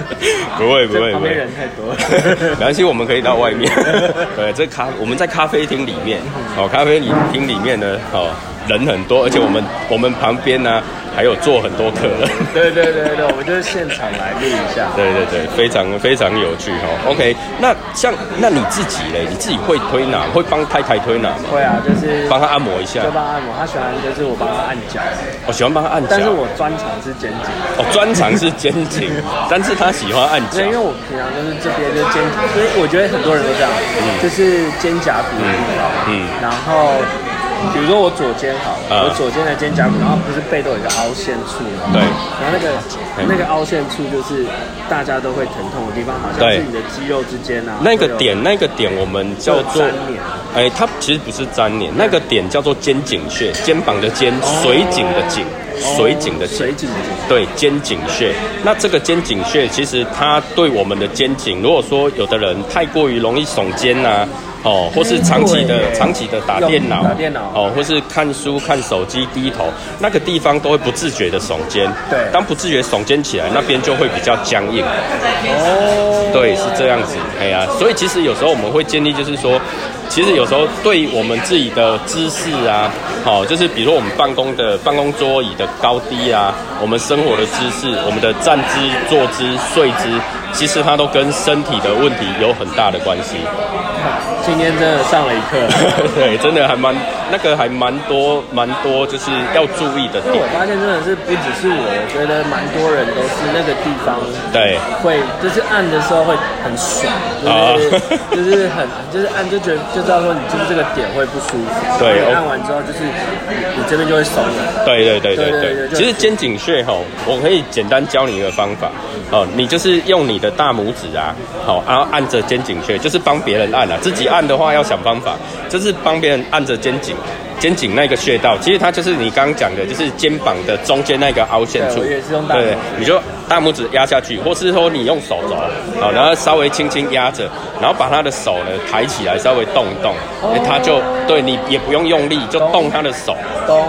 [SPEAKER 1] 不会不
[SPEAKER 2] 这
[SPEAKER 1] 会
[SPEAKER 2] 旁
[SPEAKER 1] 不
[SPEAKER 2] 边
[SPEAKER 1] 会
[SPEAKER 2] 人。太多
[SPEAKER 1] [laughs] 没
[SPEAKER 2] 了。 [laughs]
[SPEAKER 1] 关系，我们可以到外面。 [laughs] 对，这咖我们在咖啡厅里面，哦，咖啡厅里面呢，哦，人很多，而且我们我们旁边呢、还有坐很多客人。 [laughs]
[SPEAKER 2] 对对对对，我们就是现场来录一下。
[SPEAKER 1] 对对对，非常非常有趣哦。OK，那像那你自己嘞，你自己会推拿，会帮太太推拿吗？
[SPEAKER 2] 会啊，就是
[SPEAKER 1] 帮她按摩一下
[SPEAKER 2] 就，帮她按摩，她喜欢就是我帮她按脚，
[SPEAKER 1] 我、喜欢帮她按脚。
[SPEAKER 2] 但是我专长是肩颈，
[SPEAKER 1] 哦专长是肩颈，但是她喜欢按脚
[SPEAKER 2] 对，因为我平常就是这边就是肩，所以我觉得很多人都这样，就是肩胛骨的地方，
[SPEAKER 1] 嗯
[SPEAKER 2] 嗯，然后比如说我左肩好
[SPEAKER 1] 啊
[SPEAKER 2] 了，我左肩的肩胛骨，然后不是背都有一个凹陷处吗？
[SPEAKER 1] 对
[SPEAKER 2] 然后那个
[SPEAKER 1] 嗯
[SPEAKER 2] 那个凹陷处就是大家都会疼痛的地方，好像
[SPEAKER 1] 对
[SPEAKER 2] 是你的肌肉之间啊，
[SPEAKER 1] 那个
[SPEAKER 2] 会有
[SPEAKER 1] 点，那个点我们叫做
[SPEAKER 2] 会有粘连，
[SPEAKER 1] 哎、它其实不是粘连，那个点叫做肩颈穴，肩膀的肩，水井的井，水井的井
[SPEAKER 2] 水。井的井。
[SPEAKER 1] 对肩颈穴，那这个肩颈穴其实它对我们的肩颈，如果说有的人太过于容易耸肩呐、哦，或是长期的
[SPEAKER 2] 嗯对
[SPEAKER 1] 长期的打电脑，
[SPEAKER 2] 用打电脑
[SPEAKER 1] 哦，或是看书、看手机、低头，那个地方都会不自觉的耸肩。
[SPEAKER 2] 对
[SPEAKER 1] 当不自觉耸肩起来，那边就会比较僵硬。
[SPEAKER 2] 哦，
[SPEAKER 1] 对，是这样子，哎呀、所以其实有时候我们会建议，就是说，其实有时候对于我们自己的姿势啊，好、就是比如说我们办公的办公桌椅的高低啊，我们生活的姿势，我们的站姿、坐姿、睡姿，其实它都跟身体的问题有很大的关系。 [laughs]
[SPEAKER 2] 今天真的上了一课。
[SPEAKER 1] 对，真的还蛮那个还蛮多蛮多，就是要注意的
[SPEAKER 2] 因
[SPEAKER 1] 点
[SPEAKER 2] 为我。发现真的是不只是我，我觉得蛮多人都是那个地方
[SPEAKER 1] 对，
[SPEAKER 2] 会，就是按的时候会很爽，就是、
[SPEAKER 1] 啊
[SPEAKER 2] [laughs] 就是很就是按就觉得就知道说你就是这个点会不舒服，
[SPEAKER 1] 对哦
[SPEAKER 2] 然后你
[SPEAKER 1] 我
[SPEAKER 2] 按完之后就是你你这边就会松了。
[SPEAKER 1] 对对对对
[SPEAKER 2] 对
[SPEAKER 1] 对
[SPEAKER 2] 对对，
[SPEAKER 1] 其实肩颈穴吼，我可以简单教你一个方法哦，你就是用你的大拇指啊，好，然后按着肩颈穴，就是帮别人按啊，自己按的话要想方法，就是帮别人按着肩颈，肩颈那个穴道，其实它就是你刚刚讲的，就是肩膀的中间那个凹陷处，
[SPEAKER 2] 对我也是用大拇指
[SPEAKER 1] 对你就大拇指压下去，或是说你用手肘，好，然后稍微轻轻压着，然后把他的手呢抬起来，稍微动一动，哎他就对你也不用用力，就动他的手。
[SPEAKER 2] 咚，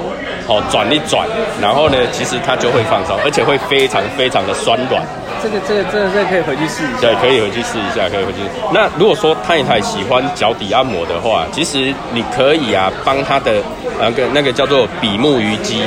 [SPEAKER 1] 好转一转，然后呢，其实它就会放松，而且会非常非常的酸软。
[SPEAKER 2] 这个这个真的是可以回去试一下。
[SPEAKER 1] 对，可以回去试一下，可以回去。那如果说太太喜欢脚底按摩的话，其实你可以啊，帮她的呃那个那个叫做比目鱼肌，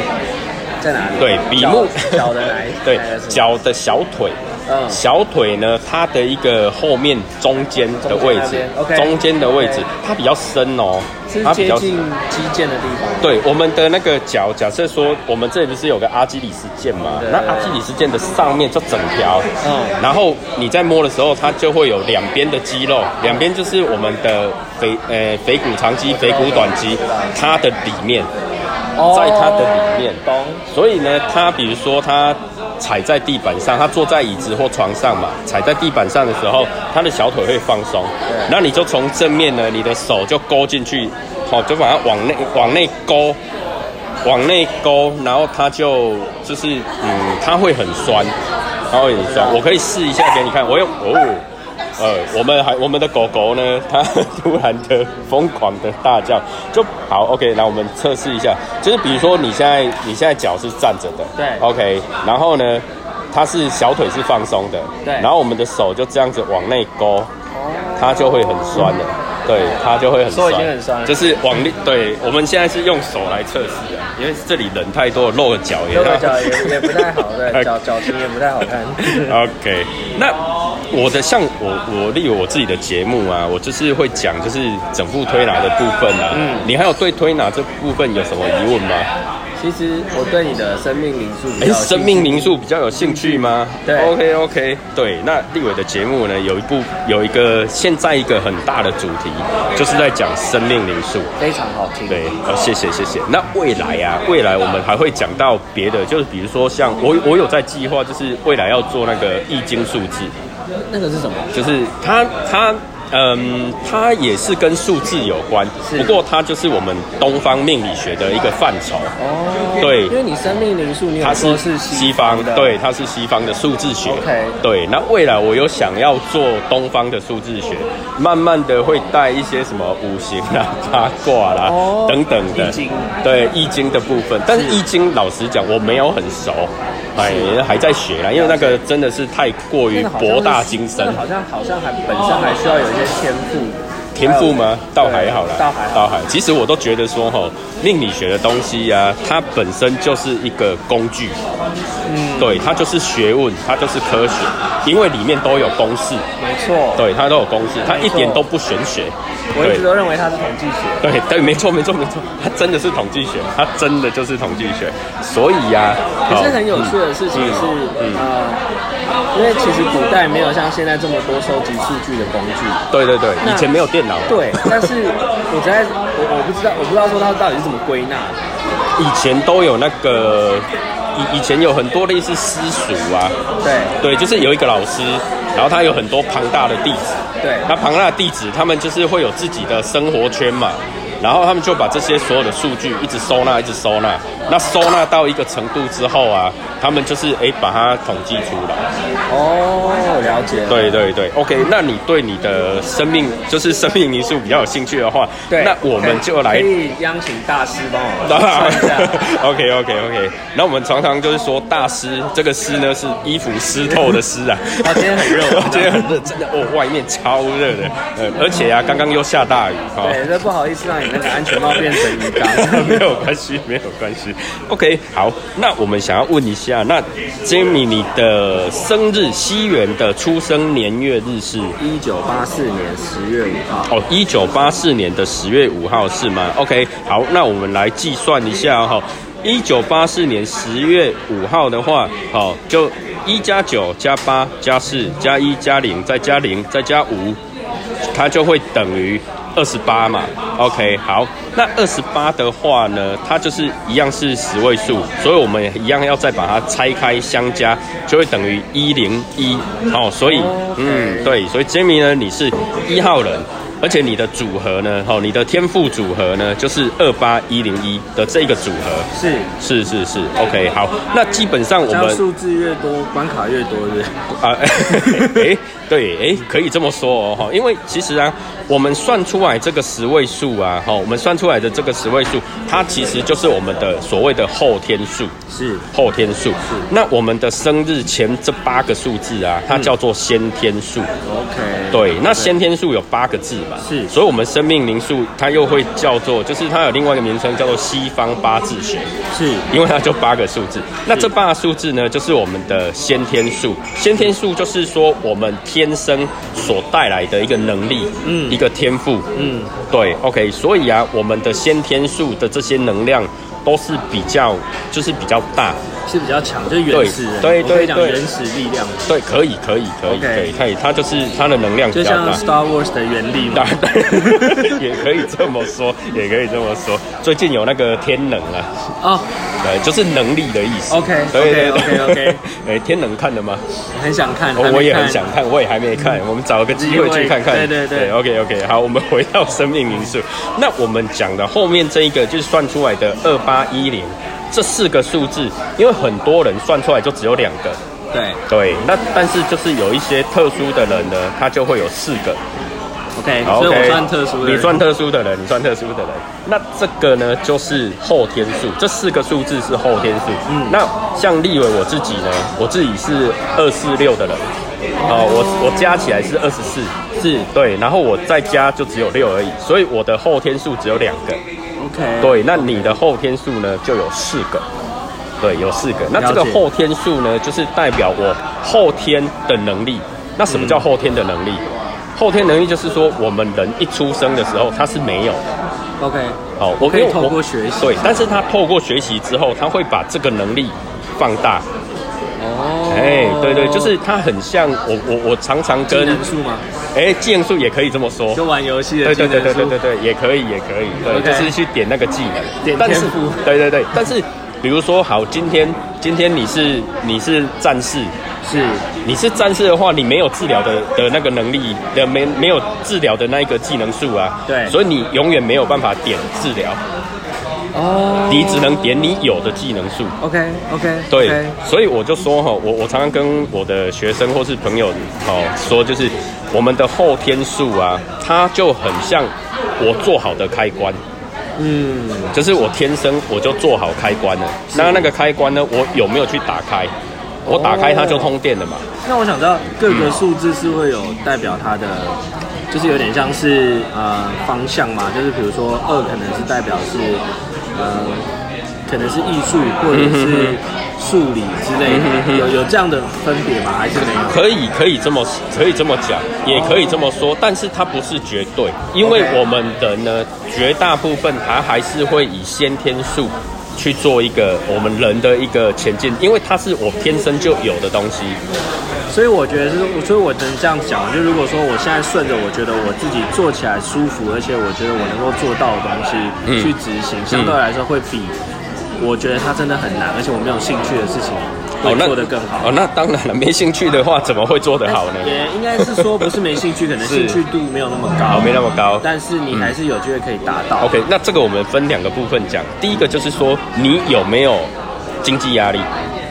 [SPEAKER 2] 在哪里？
[SPEAKER 1] 对比目
[SPEAKER 2] 脚脚的哪一？
[SPEAKER 1] [laughs] 对
[SPEAKER 2] 哪一个是
[SPEAKER 1] 脚的小腿。
[SPEAKER 2] 嗯
[SPEAKER 1] 小腿呢，它的一个后面中间的位
[SPEAKER 2] 哦中间那
[SPEAKER 1] 置
[SPEAKER 2] 边，，OK
[SPEAKER 1] 中间的位置
[SPEAKER 2] OK
[SPEAKER 1] 它比较深哦，
[SPEAKER 2] 是
[SPEAKER 1] 它比
[SPEAKER 2] 接
[SPEAKER 1] 较
[SPEAKER 2] 近肌腱的地方。
[SPEAKER 1] 对，我们的那个脚，假设说我们这里不是有个阿基里斯腱嘛？
[SPEAKER 2] 对
[SPEAKER 1] 那阿基里斯腱的上面就整条，
[SPEAKER 2] 嗯
[SPEAKER 1] 然后你在摸的时候，它就会有两边的肌肉，两边就是我们的腓呃腓骨长肌、腓骨短肌，它的里面，在它的里面
[SPEAKER 2] 哦咚，
[SPEAKER 1] 所以呢，它比如说它踩在地板上，它坐在椅子或床上嘛，踩在地板上的时候，它的小腿会放松，那你就从正面呢，你的手就勾进去，好、就把它往内往内勾。往内勾，然后它就就是嗯，它会很酸，它会很酸。我可以试一下给你看，我用哦，呃，我们还我们的狗狗呢，它突然的疯狂的大叫，就好 OK。那我们测试一下，就是比如说你现在你现在脚是站着的，
[SPEAKER 2] 对
[SPEAKER 1] ，OK，然后呢，它是小腿是放松的，
[SPEAKER 2] 对
[SPEAKER 1] 然后我们的手就这样子往内勾，它就会很酸了。对，它就会很
[SPEAKER 2] 手
[SPEAKER 1] 酸，
[SPEAKER 2] 已经很酸了
[SPEAKER 1] 就是往里，对，我们现在是用手来测试的，因为这里人太多，露了脚也 [laughs]
[SPEAKER 2] 右脚也也不太好，
[SPEAKER 1] 哎
[SPEAKER 2] 对，脚脚型也不太好看。
[SPEAKER 1] OK，那我的像我我例如我自己的节目啊，我就是会讲就是整副推拿的部分啊。嗯，你还有对推拿这部分有什么疑问吗？
[SPEAKER 2] 其实我对你的生命灵数比
[SPEAKER 1] 哎、
[SPEAKER 2] 较有兴趣
[SPEAKER 1] 生命灵数比较有兴趣吗？
[SPEAKER 2] 对
[SPEAKER 1] ，OK OK，对。那立伟的节目呢，有一部有一个现在一个很大的主题，就是在讲生命灵数。
[SPEAKER 2] 非常好听。
[SPEAKER 1] 对，呃，谢谢谢谢。那未来啊，未来我们还会讲到别的，就是比如说像我我有在计划，就是未来要做那个易经数字，
[SPEAKER 2] 那个是什么？
[SPEAKER 1] 就是它它嗯，它也是跟数字有关，
[SPEAKER 2] 是
[SPEAKER 1] 不过它就是我们东方命理学的一个范畴。
[SPEAKER 2] 哦，
[SPEAKER 1] 对
[SPEAKER 2] 因为你生命灵数，你
[SPEAKER 1] 它
[SPEAKER 2] 有
[SPEAKER 1] 是
[SPEAKER 2] 说是
[SPEAKER 1] 西
[SPEAKER 2] 方
[SPEAKER 1] 方
[SPEAKER 2] 的，，
[SPEAKER 1] 对，它是西方的数字学。
[SPEAKER 2] OK
[SPEAKER 1] 对，那未来我有想要做东方的数字学，慢慢的会带一些什么五行啦、八卦啦、
[SPEAKER 2] 哦
[SPEAKER 1] 等等的。
[SPEAKER 2] 易经
[SPEAKER 1] 对易经的部分，但是易经老实讲我没有很熟，哎，还在学啦，因为那个真的是太过于
[SPEAKER 2] 那个好像是
[SPEAKER 1] 博大精深
[SPEAKER 2] 那。好像好像还本身还需要有一些天赋。
[SPEAKER 1] 天赋吗？倒
[SPEAKER 2] 呃对
[SPEAKER 1] 还好啦，
[SPEAKER 2] 倒还好
[SPEAKER 1] 倒还。其实我都觉得说吼，命理学的东西啊，它本身就是一个工具，嗯，对，它就是学问，它就是科学，因为里面都有公式，
[SPEAKER 2] 没错，
[SPEAKER 1] 对，它都有公式，它
[SPEAKER 2] 没
[SPEAKER 1] 一
[SPEAKER 2] 错
[SPEAKER 1] 点都不玄学，
[SPEAKER 2] 我一
[SPEAKER 1] 对
[SPEAKER 2] 直都认为它是统计学。
[SPEAKER 1] 对对，没错没错没错，它真的是统计学，它真的就是统计学，所以呀、
[SPEAKER 2] 可是
[SPEAKER 1] 哦
[SPEAKER 2] 很有趣的事情是，
[SPEAKER 1] 嗯
[SPEAKER 2] 呃，因为其实古代没有像现在这么多收集数据的工具，
[SPEAKER 1] 对对对，
[SPEAKER 2] 那
[SPEAKER 1] 以前没有电脑， [laughs]
[SPEAKER 2] 对，但是我在我我不知道，我不知道说它到底是怎么归纳的。
[SPEAKER 1] 以前都有那个，以以前有很多类似私塾啊，
[SPEAKER 2] 对
[SPEAKER 1] 对，就是有一个老师，然后他有很多庞大的弟子，
[SPEAKER 2] 对
[SPEAKER 1] 那庞大的弟子他们就是会有自己的生活圈嘛，然后他们就把这些所有的数据一直收纳，一直收纳，那收纳到一个程度之后啊，他们就是哎把它统计出来。
[SPEAKER 2] 哦，了解。
[SPEAKER 1] 对对对，OK，那你对你的生命就是生命因素比较有兴趣的话，
[SPEAKER 2] 对，哎
[SPEAKER 1] 那我们就来
[SPEAKER 2] 可以央请大师帮我
[SPEAKER 1] [laughs]
[SPEAKER 2] 们算一下。
[SPEAKER 1] OK OK OK，那我们常常就是说大湿，这个湿呢是衣服湿透的湿啊。
[SPEAKER 2] 哦今天很热
[SPEAKER 1] [laughs] 今天很热，真的哦，外面超热的。呃，而且啊，刚刚又下大雨哈。
[SPEAKER 2] 对，这不好意思让你那个安全帽变成鱼缸。
[SPEAKER 1] [laughs] 没有关系，没有关系。OK，好，那我们想要问一下，那 Jamie 你的生日西元的出生年月日是？
[SPEAKER 2] 一九八四年十月五号，
[SPEAKER 1] 哦，一九八四年的十月五号是吗？OK，好，那我们来计算一下哈、哦。一九八四年十月五号的话，好、就一加九加八加四加一加零再加零再加五，它就会等于二十八嘛。OK，好，那二十八的话呢，它就是一样是十位数，所以我们一样要再把它拆开相加，就会等于一零一。哦，所以，嗯，对，所以 Jamie 呢，你是一号人。而且你的组合呢，哦，你的天赋组合呢，就是二八一零一的这个组合，
[SPEAKER 2] 是
[SPEAKER 1] 是是是，OK，好，那基本上我
[SPEAKER 2] 只要
[SPEAKER 1] 们
[SPEAKER 2] 数字越多，关卡越多是不是
[SPEAKER 1] 啊， [laughs] 哎、对，哎、可以这么说哦，哈，因为其实啊，我们算出来这个十位数啊，哈，我们算出来的这个十位数，它其实就是我们的所谓的后天数，
[SPEAKER 2] 是
[SPEAKER 1] 后天数。那我们的生日前这八个数字啊，它叫做先天数。
[SPEAKER 2] ，OK，
[SPEAKER 1] 对，那先天数有八个字嘛，
[SPEAKER 2] 是
[SPEAKER 1] 所以我们生命灵数它又会叫做，就是它有另外一个名称叫做西方八字学，
[SPEAKER 2] 是
[SPEAKER 1] 因为它就八个数字。那这八个数字呢，就是我们的先天数。先天数就是说我们天生所带来的一个能力，嗯，一个天赋，嗯，对，OK。所以啊，我们的先天数的这些能量都是比较，就是比较大，
[SPEAKER 2] 是比较强，就是原始人，
[SPEAKER 1] 对对
[SPEAKER 2] 我可以讲
[SPEAKER 1] 对
[SPEAKER 2] 原始力量，
[SPEAKER 1] 对，可以，可以，可以，
[SPEAKER 2] OK
[SPEAKER 1] 对，可以，它就是它的能量比
[SPEAKER 2] 就
[SPEAKER 1] 较
[SPEAKER 2] 像
[SPEAKER 1] 大。
[SPEAKER 2] Star Wars 的原
[SPEAKER 1] [laughs]
[SPEAKER 2] 力嘛
[SPEAKER 1] 当，然也可以这么说，也可以这么说。最近有那个天能啊，
[SPEAKER 2] 哦，
[SPEAKER 1] 对，就是能力的意思。
[SPEAKER 2] OK，
[SPEAKER 1] 对对
[SPEAKER 2] OK，
[SPEAKER 1] 对
[SPEAKER 2] OK，OK
[SPEAKER 1] 哎，天能看了吗？
[SPEAKER 2] 很想看，还
[SPEAKER 1] 我
[SPEAKER 2] 没
[SPEAKER 1] 我也很
[SPEAKER 2] 看
[SPEAKER 1] 想看，我也还没看，我们找个机会去看看。
[SPEAKER 2] 机会对对对
[SPEAKER 1] OK OK，好，我们回到生命因素。那我们讲的后面这一个就是算出来的二八一零这四个数字，因为很多人算出来就只有两个，
[SPEAKER 2] 对
[SPEAKER 1] 对。那但是就是有一些特殊的人呢，他就会有四个。
[SPEAKER 2] ，OK，
[SPEAKER 1] 好
[SPEAKER 2] 所以我
[SPEAKER 1] OK
[SPEAKER 2] 算特殊的，
[SPEAKER 1] 你算特殊的人，你算特殊的人。那这个呢，就是后天数，这四个数字是后天数。嗯，那像立伟我自己呢，我自己是二四六的人，哦，我我加起来是二十四，
[SPEAKER 2] 是
[SPEAKER 1] 对，然后我再加就只有六而已，所以我的后天数只有两个。
[SPEAKER 2] OK，
[SPEAKER 1] 对，那你的后天数呢就有四个，对，有四个。那这个
[SPEAKER 2] 了解
[SPEAKER 1] 后天数呢，就是代表我后天的能力。那什么叫后天的能
[SPEAKER 2] 嗯
[SPEAKER 1] 力？后天能力就是说，我们人一出生的时候他是没有的。
[SPEAKER 2] ，OK，
[SPEAKER 1] 哦，我
[SPEAKER 2] 可以
[SPEAKER 1] 因为
[SPEAKER 2] 透
[SPEAKER 1] 我
[SPEAKER 2] 过学习
[SPEAKER 1] 对，但是他透过学习之后，他会把这个能力放大。
[SPEAKER 2] 哦，
[SPEAKER 1] 哎、对对，就是它很像我我我常常
[SPEAKER 2] 技
[SPEAKER 1] 跟
[SPEAKER 2] 能树嘛，
[SPEAKER 1] 哎技能树也可以这么说。
[SPEAKER 2] 就玩游戏的
[SPEAKER 1] 对
[SPEAKER 2] 技
[SPEAKER 1] 对
[SPEAKER 2] 能
[SPEAKER 1] 对对对
[SPEAKER 2] 树
[SPEAKER 1] 对，对，也可以也可以，对，
[SPEAKER 2] OK
[SPEAKER 1] 就是去点那个技能，
[SPEAKER 2] 点
[SPEAKER 1] 但是
[SPEAKER 2] 天赋
[SPEAKER 1] 对对对，但是比如说好，今天今天你是你是战士，
[SPEAKER 2] 是
[SPEAKER 1] 你是战士的话，你没有治疗的的那个能力的没没有治疗的那一个技能数啊，
[SPEAKER 2] 对
[SPEAKER 1] 所以你永远没有办法点治疗，
[SPEAKER 2] 哦，
[SPEAKER 1] 你只能点你有的技能数。
[SPEAKER 2] OK OK，
[SPEAKER 1] 对所以我就说哈，我我常常跟我的学生或是朋友哦说，就是我们的后天数啊，它就很像我做好的开关。
[SPEAKER 2] 嗯，
[SPEAKER 1] 就是我天生我就做好开关了。那那个开关呢，我有没有去打开？我打开它就通电了嘛。
[SPEAKER 2] 那我想知道各个数字是会有代表它的，就是有点像是呃方向嘛，就是比如说二可能是代表是呃可能是艺术或者
[SPEAKER 1] 嗯
[SPEAKER 2] 是数理之类的，有有这样的分别吗？还是没有？
[SPEAKER 1] 可以，可以这么可以这么讲，也可以这么说，但是它不是绝对，因为
[SPEAKER 2] OK
[SPEAKER 1] 我们人呢，绝大部分它还是会以先天数去做一个我们人的一个前进，因为它是我天生就有的东西。
[SPEAKER 2] 所以我觉得是，所以我能这样讲，就如果说我现在顺着我觉得我自己做起来舒服，而且我觉得我能够做到的东西
[SPEAKER 1] 嗯
[SPEAKER 2] 去执行，相对来说会比我觉得它真的很难，而且我没有兴趣的事情会
[SPEAKER 1] 那
[SPEAKER 2] 做得更好。
[SPEAKER 1] 哦，那当然了，没兴趣的话怎么会做得好 [laughs] 呢？
[SPEAKER 2] 也应该是说不是没兴趣，可能
[SPEAKER 1] 是
[SPEAKER 2] 兴趣度没有那么
[SPEAKER 1] 哦
[SPEAKER 2] 高，，
[SPEAKER 1] 没那么高。嗯
[SPEAKER 2] 但是你还是有机会可以达到。
[SPEAKER 1] OK，那这个我们分两个部分讲。第一个就是说，你有没有经济压力？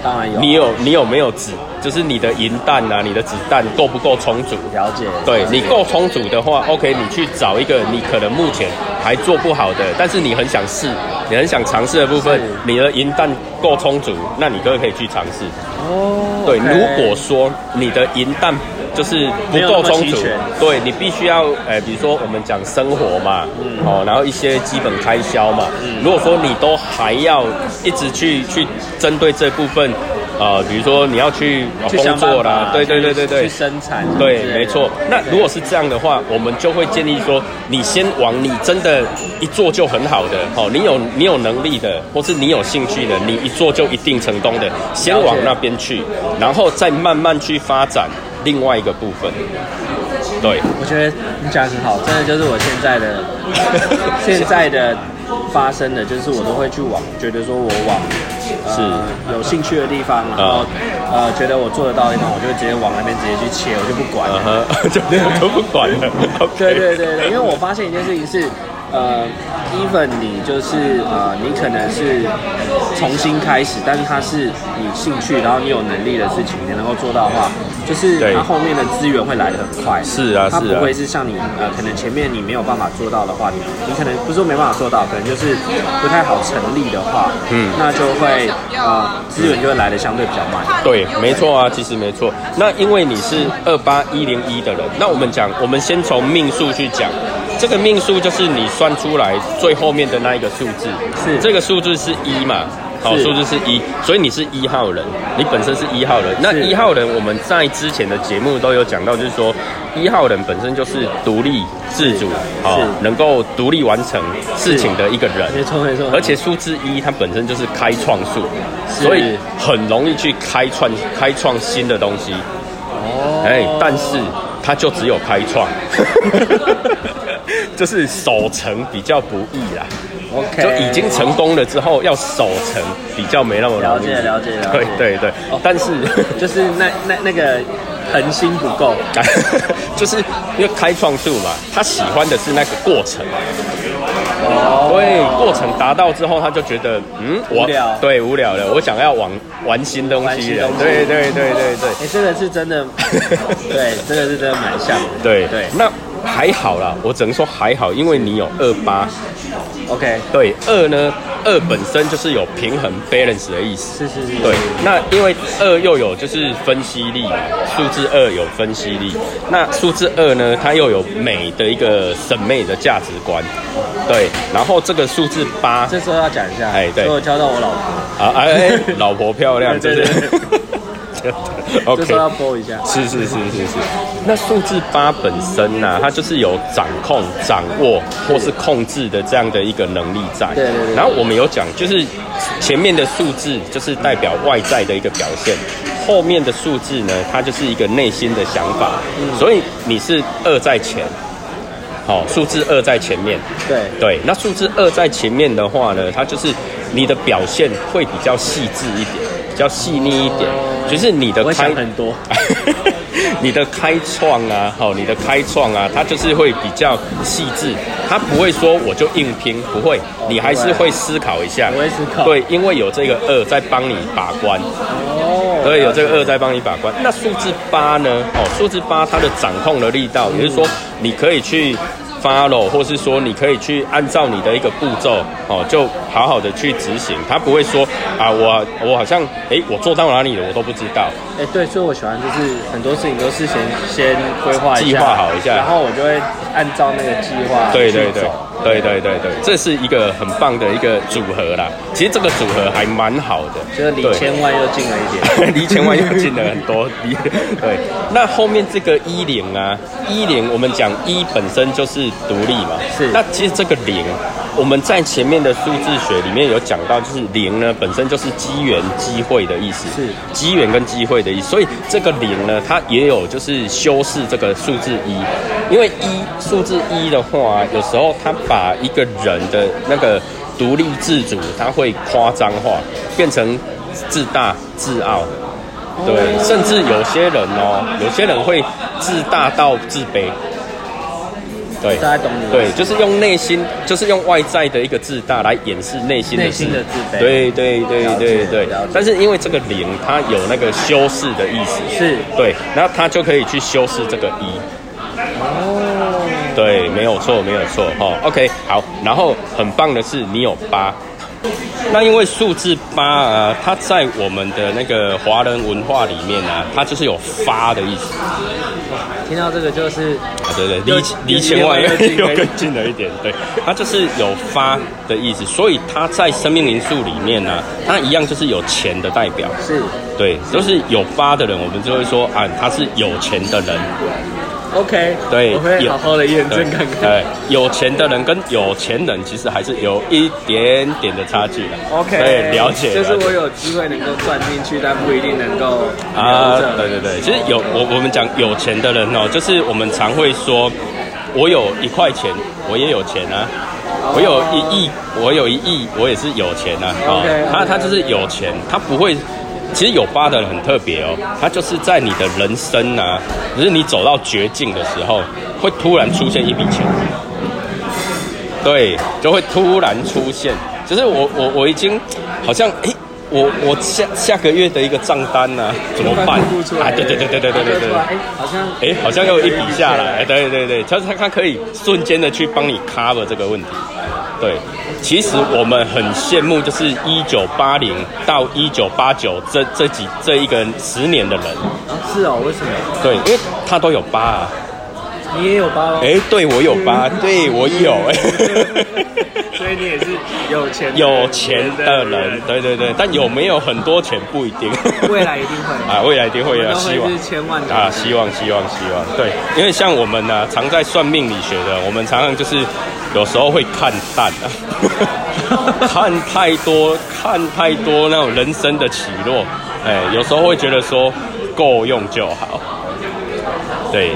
[SPEAKER 2] 当然有，
[SPEAKER 1] 你有你有没有子？就是你的银弹啊，你的子弹够不够充足？
[SPEAKER 2] 了解，
[SPEAKER 1] 对你够充足的话，OK，你去找一个你可能目前还做不好的，但是你很想试，你很想尝试的部分
[SPEAKER 2] 是，
[SPEAKER 1] 你的银弹够充足，那你哥可以去尝试。
[SPEAKER 2] 哦，
[SPEAKER 1] 对，
[SPEAKER 2] OK
[SPEAKER 1] 如果说你的银弹就是不
[SPEAKER 2] 没有那
[SPEAKER 1] 够
[SPEAKER 2] 么
[SPEAKER 1] 充
[SPEAKER 2] 齐
[SPEAKER 1] 足
[SPEAKER 2] 全，
[SPEAKER 1] 对你必须要，呃，比如说我们讲生活嘛，
[SPEAKER 2] 嗯
[SPEAKER 1] 哦，然后一些基本开销嘛，如果说你都还要一直去去针对这部分，呃，比如说你要去呃
[SPEAKER 2] 去
[SPEAKER 1] 工
[SPEAKER 2] 想办
[SPEAKER 1] 作
[SPEAKER 2] 法
[SPEAKER 1] 啦，对对对对对
[SPEAKER 2] 去，生产，
[SPEAKER 1] 对，没错。那如果是这样的话，我们就会建议说，你先往你真的一做就很好的，哦，你有你有能力的，或是你有兴趣的，你一做就一定成功的，先往那边去，然后再慢慢去发展另外一个部分。对， [laughs]
[SPEAKER 2] 我觉得你讲得很好，真的就是我现在的现在的发生的，就是我都会去往，觉得说我往呃有兴趣的地方，然后、呃觉得我做得到的地方，我就直接往那边直接去切，我就不管了。
[SPEAKER 1] 嗯哼，就都不管了。OK
[SPEAKER 2] 对对对对，因为我发现一件事情是，呃，even 你就是呃，你可能是重新开始，但是它是你兴趣，然后你有能力的事情，你能够做到的话，就是
[SPEAKER 1] 对
[SPEAKER 2] 它后面的资源会来得很快。
[SPEAKER 1] 是啊
[SPEAKER 2] 它
[SPEAKER 1] 是啊
[SPEAKER 2] 不会是像你呃，可能前面你没有办法做到的话，你你可能不是说没办法做到，可能就是不太好成立的话，
[SPEAKER 1] 嗯
[SPEAKER 2] 那就会呃资源就会来的相对比较慢。
[SPEAKER 1] 对，没错啊，其实没错。那因为你是二八一零一的人，那我们讲，我们先从命数去讲。这个命数就是你算出来最后面的那一个数字，
[SPEAKER 2] 是
[SPEAKER 1] 这个数字是一嘛？好，
[SPEAKER 2] 是
[SPEAKER 1] 数字是一，所以你是一号人，你本身是一号人。那
[SPEAKER 2] 是
[SPEAKER 1] 一号人，我们在之前的节目都有讲到，就是说一号人本身就是独立自主，好
[SPEAKER 2] 是，
[SPEAKER 1] 能够独立完成事情的一个人。
[SPEAKER 2] 没错没错，
[SPEAKER 1] 而且数字一它本身就是开创数，
[SPEAKER 2] 是
[SPEAKER 1] 所以很容易去开创开创新的东西。
[SPEAKER 2] 哦
[SPEAKER 1] 哎、但是它就只有开创，
[SPEAKER 2] [laughs]
[SPEAKER 1] 就是守成比较不易啦。
[SPEAKER 2] OK
[SPEAKER 1] 就已经成功了之后，要守成比较没那么容易。
[SPEAKER 2] 了解了解了哦解
[SPEAKER 1] 对对对，但是。 [laughs]
[SPEAKER 2] 就是 [laughs] 那那那个恒心不够。
[SPEAKER 1] 就是因为开创数嘛，他喜欢的是那个过程，
[SPEAKER 2] 哦
[SPEAKER 1] 对，过程达到之后，他就觉得，嗯，我
[SPEAKER 2] 无聊
[SPEAKER 1] 对无聊了，我想要玩玩新东
[SPEAKER 2] 玩
[SPEAKER 1] 西
[SPEAKER 2] 新
[SPEAKER 1] 了
[SPEAKER 2] 东，西
[SPEAKER 1] 对对对对对。
[SPEAKER 2] 哎、这个是
[SPEAKER 1] [laughs]
[SPEAKER 2] 真的，对，这个是真的蛮像的。
[SPEAKER 1] 对
[SPEAKER 2] 对
[SPEAKER 1] 那还好啦，我只能说还好，因为你有二八，
[SPEAKER 2] ，OK，
[SPEAKER 1] 对二呢，二本身就是有平衡 balance 的意思。
[SPEAKER 2] 是是是，
[SPEAKER 1] 对，那因为二又有就是分析力，数字二有分析力，那数字二呢，它又有美的一个审美的价值观，对，然后这个数字八，
[SPEAKER 2] 这时候要讲一下，
[SPEAKER 1] 哎对
[SPEAKER 2] 所以我教到我老婆，
[SPEAKER 1] 啊哎，老婆漂亮，
[SPEAKER 2] 对
[SPEAKER 1] 真的
[SPEAKER 2] 对对。这
[SPEAKER 1] [laughs] OK，
[SPEAKER 2] 时候要播一下，
[SPEAKER 1] 是是是是是。那数字八本身呢、它就是有掌控、掌握或是控制的这样的一个能力在。
[SPEAKER 2] 对对对对
[SPEAKER 1] 然后我们有讲，就是前面的数字就是代表外在的一个表现，后面的数字呢，它就是一个内心的想法。
[SPEAKER 2] 嗯
[SPEAKER 1] 所以你是二在前，好、数字二在前面。
[SPEAKER 2] 对，
[SPEAKER 1] 对，那数字二在前面的话呢，它就是你的表现会比较细致一点，比较细腻一点，就是你的
[SPEAKER 2] 我会
[SPEAKER 1] 开
[SPEAKER 2] 想很多，
[SPEAKER 1] [laughs] 你的开创啊，好，你的开创啊，它就是会比较细致，它不会说我就硬拼，不会，你还是会思考一下，
[SPEAKER 2] 啊我会思考
[SPEAKER 1] 对，因为有这个二在帮你把关，
[SPEAKER 2] 哦，
[SPEAKER 1] 对，哎有这个二在帮你把关。那数字八呢？哦，数字八它的掌控的力道，也就是说你可以去 follow，或是说你可以去按照你的一个步骤，哦，就好好的去执行。它不会说啊，我我好像诶，我做到哪里了，我都不知道。
[SPEAKER 2] 哎、对，所以我喜欢就是很多事情都是先先规划一下，
[SPEAKER 1] 计划好一下
[SPEAKER 2] 然后我就会按照那个计划
[SPEAKER 1] 对对
[SPEAKER 2] 去
[SPEAKER 1] 对
[SPEAKER 2] 走。
[SPEAKER 1] 对对对对，这是一个很棒的一个组合啦。其实这个组合还蛮好的，
[SPEAKER 2] 就是离
[SPEAKER 1] 对
[SPEAKER 2] 千万又近了一
[SPEAKER 1] [laughs]
[SPEAKER 2] 点，
[SPEAKER 1] 离千万又近了很多。离对，那后面这个一零啊，一零我们讲一本身就是独立嘛，
[SPEAKER 2] 是
[SPEAKER 1] 那其实这个零，我们在前面的数字学里面有讲到，就是零呢本身就是机缘、机会的意思，
[SPEAKER 2] 是
[SPEAKER 1] 机缘跟机会的意思。所以这个零呢，它也有就是修饰这个数字一，因为一数字一的话，有时候它把一个人的那个独立自主，它会夸张化，变成自大、自傲。对，甚至有些人哦，有些人会自大到自卑。对，
[SPEAKER 2] 大家懂你
[SPEAKER 1] 对，就是用内心，就是用外在的一个自大来掩饰内心的
[SPEAKER 2] 内心的自卑
[SPEAKER 1] 对对对
[SPEAKER 2] 了解
[SPEAKER 1] 对对
[SPEAKER 2] 了解。
[SPEAKER 1] 但是因为这个零，它有那个修饰的意思，
[SPEAKER 2] 是
[SPEAKER 1] 对，那它就可以去修饰这个一。
[SPEAKER 2] 哦，
[SPEAKER 1] 对，没有错，没有错。哦、，OK，好。然后很棒的是，你有八，那因为数字八啊，它在我们的那个华人文化里面啊，它就是有发的意思。
[SPEAKER 2] 听到这个就是
[SPEAKER 1] 啊，对对，
[SPEAKER 2] 又
[SPEAKER 1] 离离千万
[SPEAKER 2] 又近了一
[SPEAKER 1] 又
[SPEAKER 2] 点
[SPEAKER 1] 更近了一点，对，它就是有发的意思，所以它在生命灵数里面呢、它一样就是有钱的代表，
[SPEAKER 2] 是
[SPEAKER 1] 对，就是有发的人，我们就会说啊，他是有钱的人，
[SPEAKER 2] OK，
[SPEAKER 1] 对，
[SPEAKER 2] 我会
[SPEAKER 1] 有
[SPEAKER 2] 好好的验
[SPEAKER 1] 对
[SPEAKER 2] 证看看。
[SPEAKER 1] 对，有钱的人跟有钱人其实还是有一点点的差距的。
[SPEAKER 2] OK，
[SPEAKER 1] 对，了解，
[SPEAKER 2] 就是
[SPEAKER 1] 了解
[SPEAKER 2] 我有机会能够赚进去，但不一定能够
[SPEAKER 1] 啊
[SPEAKER 2] 留着，
[SPEAKER 1] 对对对，其实有我我们讲有钱的人哦，就是我们常会说，我有一块钱，我也有钱啊。我有一亿，我有一亿，我也是有钱啊！哦
[SPEAKER 2] OK，OK，
[SPEAKER 1] 他他就是有钱，他不会。其实有八的人很特别哦，他就是在你的人生啊，就是你走到绝境的时候，会突然出现一笔钱。对，就会突然出现。就是我我我已经好像诶，我我下下个月的一个账单呢、怎么办
[SPEAKER 2] 快付不出来
[SPEAKER 1] 啊？对对对对对对对对
[SPEAKER 2] 突。然哎，好像
[SPEAKER 1] 哎，好像又有一笔下来，对对对，就是它它可以瞬间的去帮你 cover 这个问题。对，其实我们很羡慕，就是一九八零到一九八九这这几这一个十年的人，
[SPEAKER 2] 啊是哦，为什么
[SPEAKER 1] 对，因为他都有八啊。
[SPEAKER 2] 你也有包？
[SPEAKER 1] 哎，对我有八，
[SPEAKER 2] 嗯
[SPEAKER 1] 对我
[SPEAKER 2] [laughs]
[SPEAKER 1] 有，
[SPEAKER 2] 所以你也是有钱的
[SPEAKER 1] 有钱的人，，对对对，但有没有很多钱不一定，
[SPEAKER 2] 未来一定会
[SPEAKER 1] [laughs] 啊，未来一定会
[SPEAKER 2] 都
[SPEAKER 1] 有希望
[SPEAKER 2] 会是千万的
[SPEAKER 1] 啊，希望希望希望，对，因为像我们呢、常在算命理学的，我们常常就是有时候会看淡啊，
[SPEAKER 2] [laughs]
[SPEAKER 1] 看太多看太多那种人生的起落，哎，有时候会觉得说够用就好，对，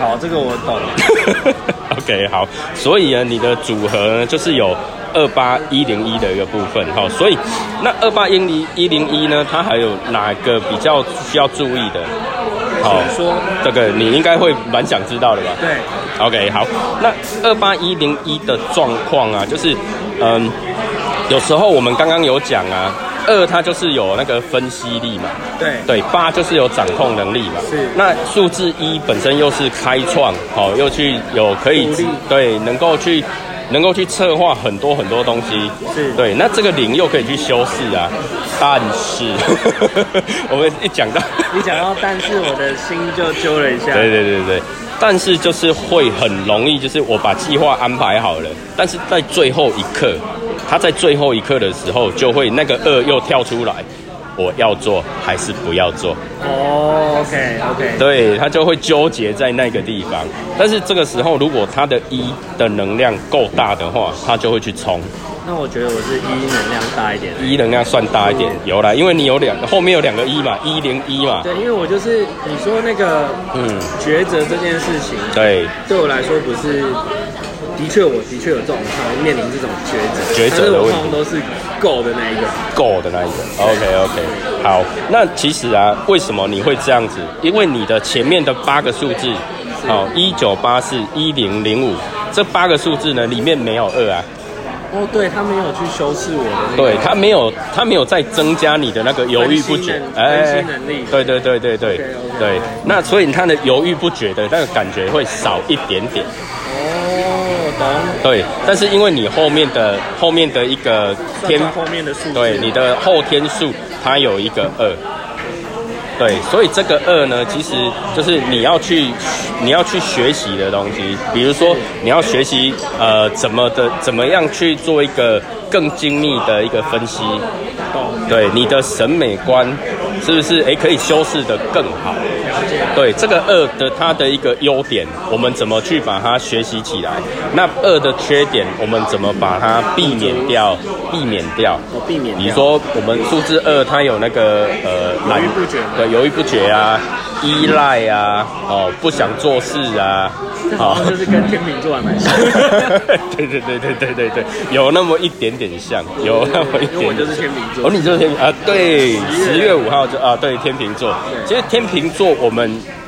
[SPEAKER 2] 好，这个我懂。
[SPEAKER 1] [laughs] OK，好，所以呢，你的组合呢就是有二八一零一的一个部分哈、所以那二八一零一零一呢，它还有哪个比较需要注意的？好、
[SPEAKER 2] 说
[SPEAKER 1] 这个你应该会蛮想知道的吧？
[SPEAKER 2] 对，
[SPEAKER 1] OK，好，那二八一零一的状况啊，就是嗯，有时候我们刚刚有讲啊，二它就是有那个分析力嘛，
[SPEAKER 2] 对
[SPEAKER 1] 对，八就是有掌控能力嘛。
[SPEAKER 2] 是
[SPEAKER 1] 那数字一本身又是开创，好、又去有可以
[SPEAKER 2] 鼓励
[SPEAKER 1] 对，能够去能够去策划很多很多东西。
[SPEAKER 2] 是
[SPEAKER 1] 对，那这个零又可以去修饰啊，但是 [laughs] 我们一讲到
[SPEAKER 2] 你讲到，但是啊我的心就揪了一下。
[SPEAKER 1] 对对对对，但是就是会很容易，就是我把计划安排好了，但是在最后一刻，他在最后一刻的时候，就会那个二又跳出来，我要做还是不要做？
[SPEAKER 2] 哦，OK OK，
[SPEAKER 1] 对他就会纠结在那个地方。但是这个时候，如果他的一的能量够大的话，他就会去冲。
[SPEAKER 2] 那我觉得我是一能量大一点。
[SPEAKER 1] 一能量算大一点，有啦，因为你有两后面有两个一嘛，一零一嘛，
[SPEAKER 2] 对，因为我就是你说那个
[SPEAKER 1] 嗯，
[SPEAKER 2] 抉择这件事情，
[SPEAKER 1] 对，
[SPEAKER 2] 对我来说不是，的确我的确有这种常面临这种抉择，
[SPEAKER 1] 抉择的
[SPEAKER 2] 但是我
[SPEAKER 1] 问题
[SPEAKER 2] 通常都是够的那一个。
[SPEAKER 1] 够的那一个。OK OK，好，那其实啊，为什么你会这样子？因为你的前面的八个数字，好，一九八四、一零零五这八个数字呢，里面没有二啊，
[SPEAKER 2] 哦，对他没有去修饰我的那个。
[SPEAKER 1] 对，它没有，它没有再增加你的那个犹豫不决哎
[SPEAKER 2] 分析，能分析能力
[SPEAKER 1] 对对对对对
[SPEAKER 2] OK，OK，OK
[SPEAKER 1] 对，那所以它的犹豫不决的那个感觉会少一点点，
[SPEAKER 2] 哦，懂。
[SPEAKER 1] 对，但是因为你后面的后面的一个
[SPEAKER 2] 算
[SPEAKER 1] 天
[SPEAKER 2] 出后面的数字，
[SPEAKER 1] 对，你的后天数它有一个二，对，所以这个二呢，其实就是你要去你要去学习的东西，比如说你要学习呃怎么的怎么样去做一个更精密的一个分析，
[SPEAKER 2] 懂
[SPEAKER 1] 对你的审美观是不是诶可以修饰的更好？
[SPEAKER 2] 了解。
[SPEAKER 1] 对这个二的它的一个优点，我们怎么去把它学习起来？那二的缺点，我们怎么把它避免掉？避免掉。
[SPEAKER 2] 我哦避免掉
[SPEAKER 1] 你说我们数字二，它有那个呃，懒
[SPEAKER 2] 犹豫不决
[SPEAKER 1] 对，犹豫不决啊，依赖啊，哦，不想做事啊，
[SPEAKER 2] 这好
[SPEAKER 1] 好
[SPEAKER 2] 像 [laughs] 就是跟天秤座还蛮像。
[SPEAKER 1] [laughs] 对对对对对对对，有那么一点点像，有那么一
[SPEAKER 2] 因为我
[SPEAKER 1] 点
[SPEAKER 2] 就
[SPEAKER 1] 点
[SPEAKER 2] 是。天秤
[SPEAKER 1] 哦，
[SPEAKER 2] 座。
[SPEAKER 1] 你就是天啊？对，
[SPEAKER 2] 十
[SPEAKER 1] 十
[SPEAKER 2] 月
[SPEAKER 1] 月五号就啊，对，天秤座。其实天秤座，我们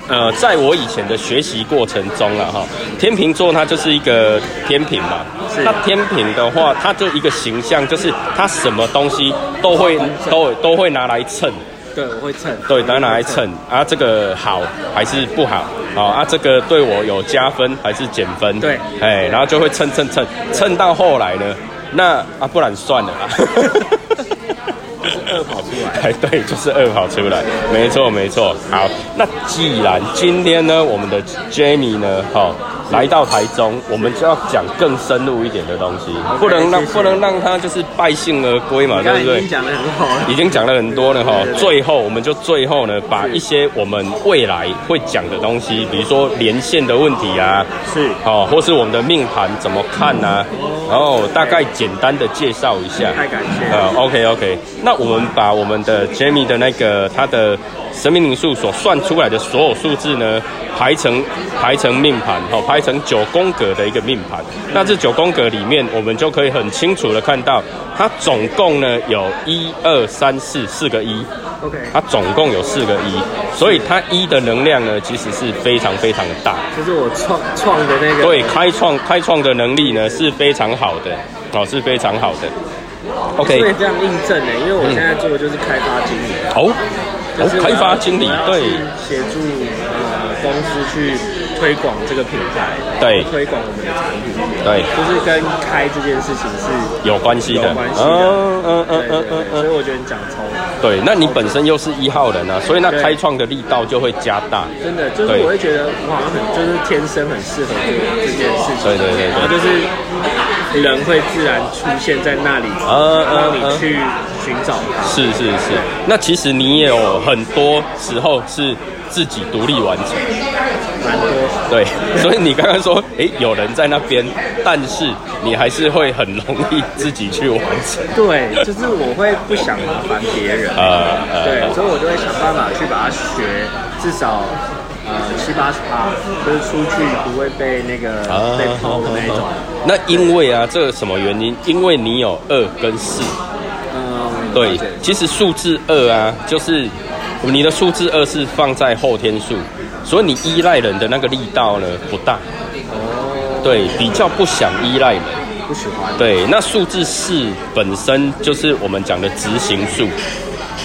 [SPEAKER 1] 呃，在我以前的学习过程中啊，哈，天秤座它就是一个天平嘛
[SPEAKER 2] 是。
[SPEAKER 1] 那天平的话，它就一个形象，就是它什么东西都会都都会拿来称。
[SPEAKER 2] 对，我会蹭。
[SPEAKER 1] 对，拿来称啊，这个好还是不好？哦啊，这个对我有加分还是减分？
[SPEAKER 2] 对
[SPEAKER 1] 哎，然后就会称称称，称到后来呢，那啊，不然算了啦。
[SPEAKER 2] 二跑出来。
[SPEAKER 1] 哎，对，就是二跑出来，没错没错。好，那既然今天呢，我们的 Jamie 呢，哈、来到台中，我们就要讲更深入一点的东西，不能让
[SPEAKER 2] 谢谢
[SPEAKER 1] 不能让他就是败兴而归嘛，
[SPEAKER 2] 你
[SPEAKER 1] 对
[SPEAKER 2] 刚才
[SPEAKER 1] 不
[SPEAKER 2] 已
[SPEAKER 1] 对
[SPEAKER 2] 经？讲的很好了，
[SPEAKER 1] 已经讲了很多了哈
[SPEAKER 2] 对对，对
[SPEAKER 1] 最后我们就最后呢，把一些我们未来会讲的东西，比如说连线的问题啊，
[SPEAKER 2] 是
[SPEAKER 1] 哦，或是我们的命盘怎么看呢、然后大概简单的介绍一下。
[SPEAKER 2] 太感谢了。
[SPEAKER 1] 呃，OK OK，那我们把我们的 Jamie 的那个他的神明灵数所算出来的所有数字呢，排成排成命盘，好、排成九宫格的一个命盘。那这九宫格里面，我们就可以很清楚的看到，它总共呢有一二三四四个一，
[SPEAKER 2] OK，
[SPEAKER 1] 它总共有四个一，所以它一的能量呢其实是非常非常的大。
[SPEAKER 2] 就是我创创的那个，
[SPEAKER 1] 对，开创开创的能力呢是非常好的，哦是非常好的。OK，
[SPEAKER 2] 所以这样印证呢，因为
[SPEAKER 1] 嗯
[SPEAKER 2] 我现在做的就是开发经理，
[SPEAKER 1] 哦，哦
[SPEAKER 2] 就是，我要
[SPEAKER 1] 开发经理
[SPEAKER 2] 我，要
[SPEAKER 1] 对
[SPEAKER 2] 去协助呃公司去推广这个品牌，
[SPEAKER 1] 对
[SPEAKER 2] 推广我们的产品，
[SPEAKER 1] 对，
[SPEAKER 2] 就是跟开这件事情是
[SPEAKER 1] 有关系
[SPEAKER 2] 有
[SPEAKER 1] 的，
[SPEAKER 2] 关系的。
[SPEAKER 1] 嗯嗯嗯嗯嗯
[SPEAKER 2] 对对对，所以
[SPEAKER 1] 嗯，
[SPEAKER 2] 我觉得你讲得超好。
[SPEAKER 1] 对，那你本身又是一号人啊，所以那
[SPEAKER 2] 对
[SPEAKER 1] 开创的力道就会加大，
[SPEAKER 2] 真的，就是
[SPEAKER 1] 对
[SPEAKER 2] 我会觉得我好像很就是天生很适合这个这件事情，
[SPEAKER 1] 对对对对
[SPEAKER 2] 然后就是人会自然出现在那里，
[SPEAKER 1] 嗯嗯
[SPEAKER 2] 让你
[SPEAKER 1] 嗯
[SPEAKER 2] 去寻找它。
[SPEAKER 1] 是是是。那其实你也有很多时候是自己独立完成，
[SPEAKER 2] 蛮多，
[SPEAKER 1] 对， [laughs] 所以你刚刚说，诶，有人在那边，但是你还是会很容易自己去完成，
[SPEAKER 2] 对，就是我会不想麻烦别人，
[SPEAKER 1] 呃
[SPEAKER 2] 对，
[SPEAKER 1] 呃，
[SPEAKER 2] 所以我就会想办法去把它学，至少呃七八十趴，就是出去不会被那个
[SPEAKER 1] 啊
[SPEAKER 2] 被抛的那一种。
[SPEAKER 1] 那因为啊，这个什么原因？因为你有二跟四。
[SPEAKER 2] 嗯，
[SPEAKER 1] 对
[SPEAKER 2] 了解，
[SPEAKER 1] 其实数字二啊，就是你的数字二是放在后天数，所以你依赖人的那个力道呢不大，
[SPEAKER 2] 哦，
[SPEAKER 1] 对，比较不想依赖人。
[SPEAKER 2] 不喜欢，
[SPEAKER 1] 对，那数字四本身就是我们讲的执行数，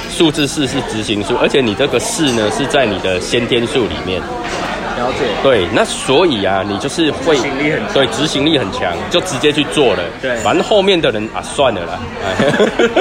[SPEAKER 1] 数字四是执行数，而且你这个四呢是在你的先天数里面。
[SPEAKER 2] 了解，
[SPEAKER 1] 对，那所以啊，你就是会
[SPEAKER 2] 执行力很强
[SPEAKER 1] 对执行力很强，就直接去做了。
[SPEAKER 2] 对
[SPEAKER 1] 反正后面的人啊，算了啦， [laughs]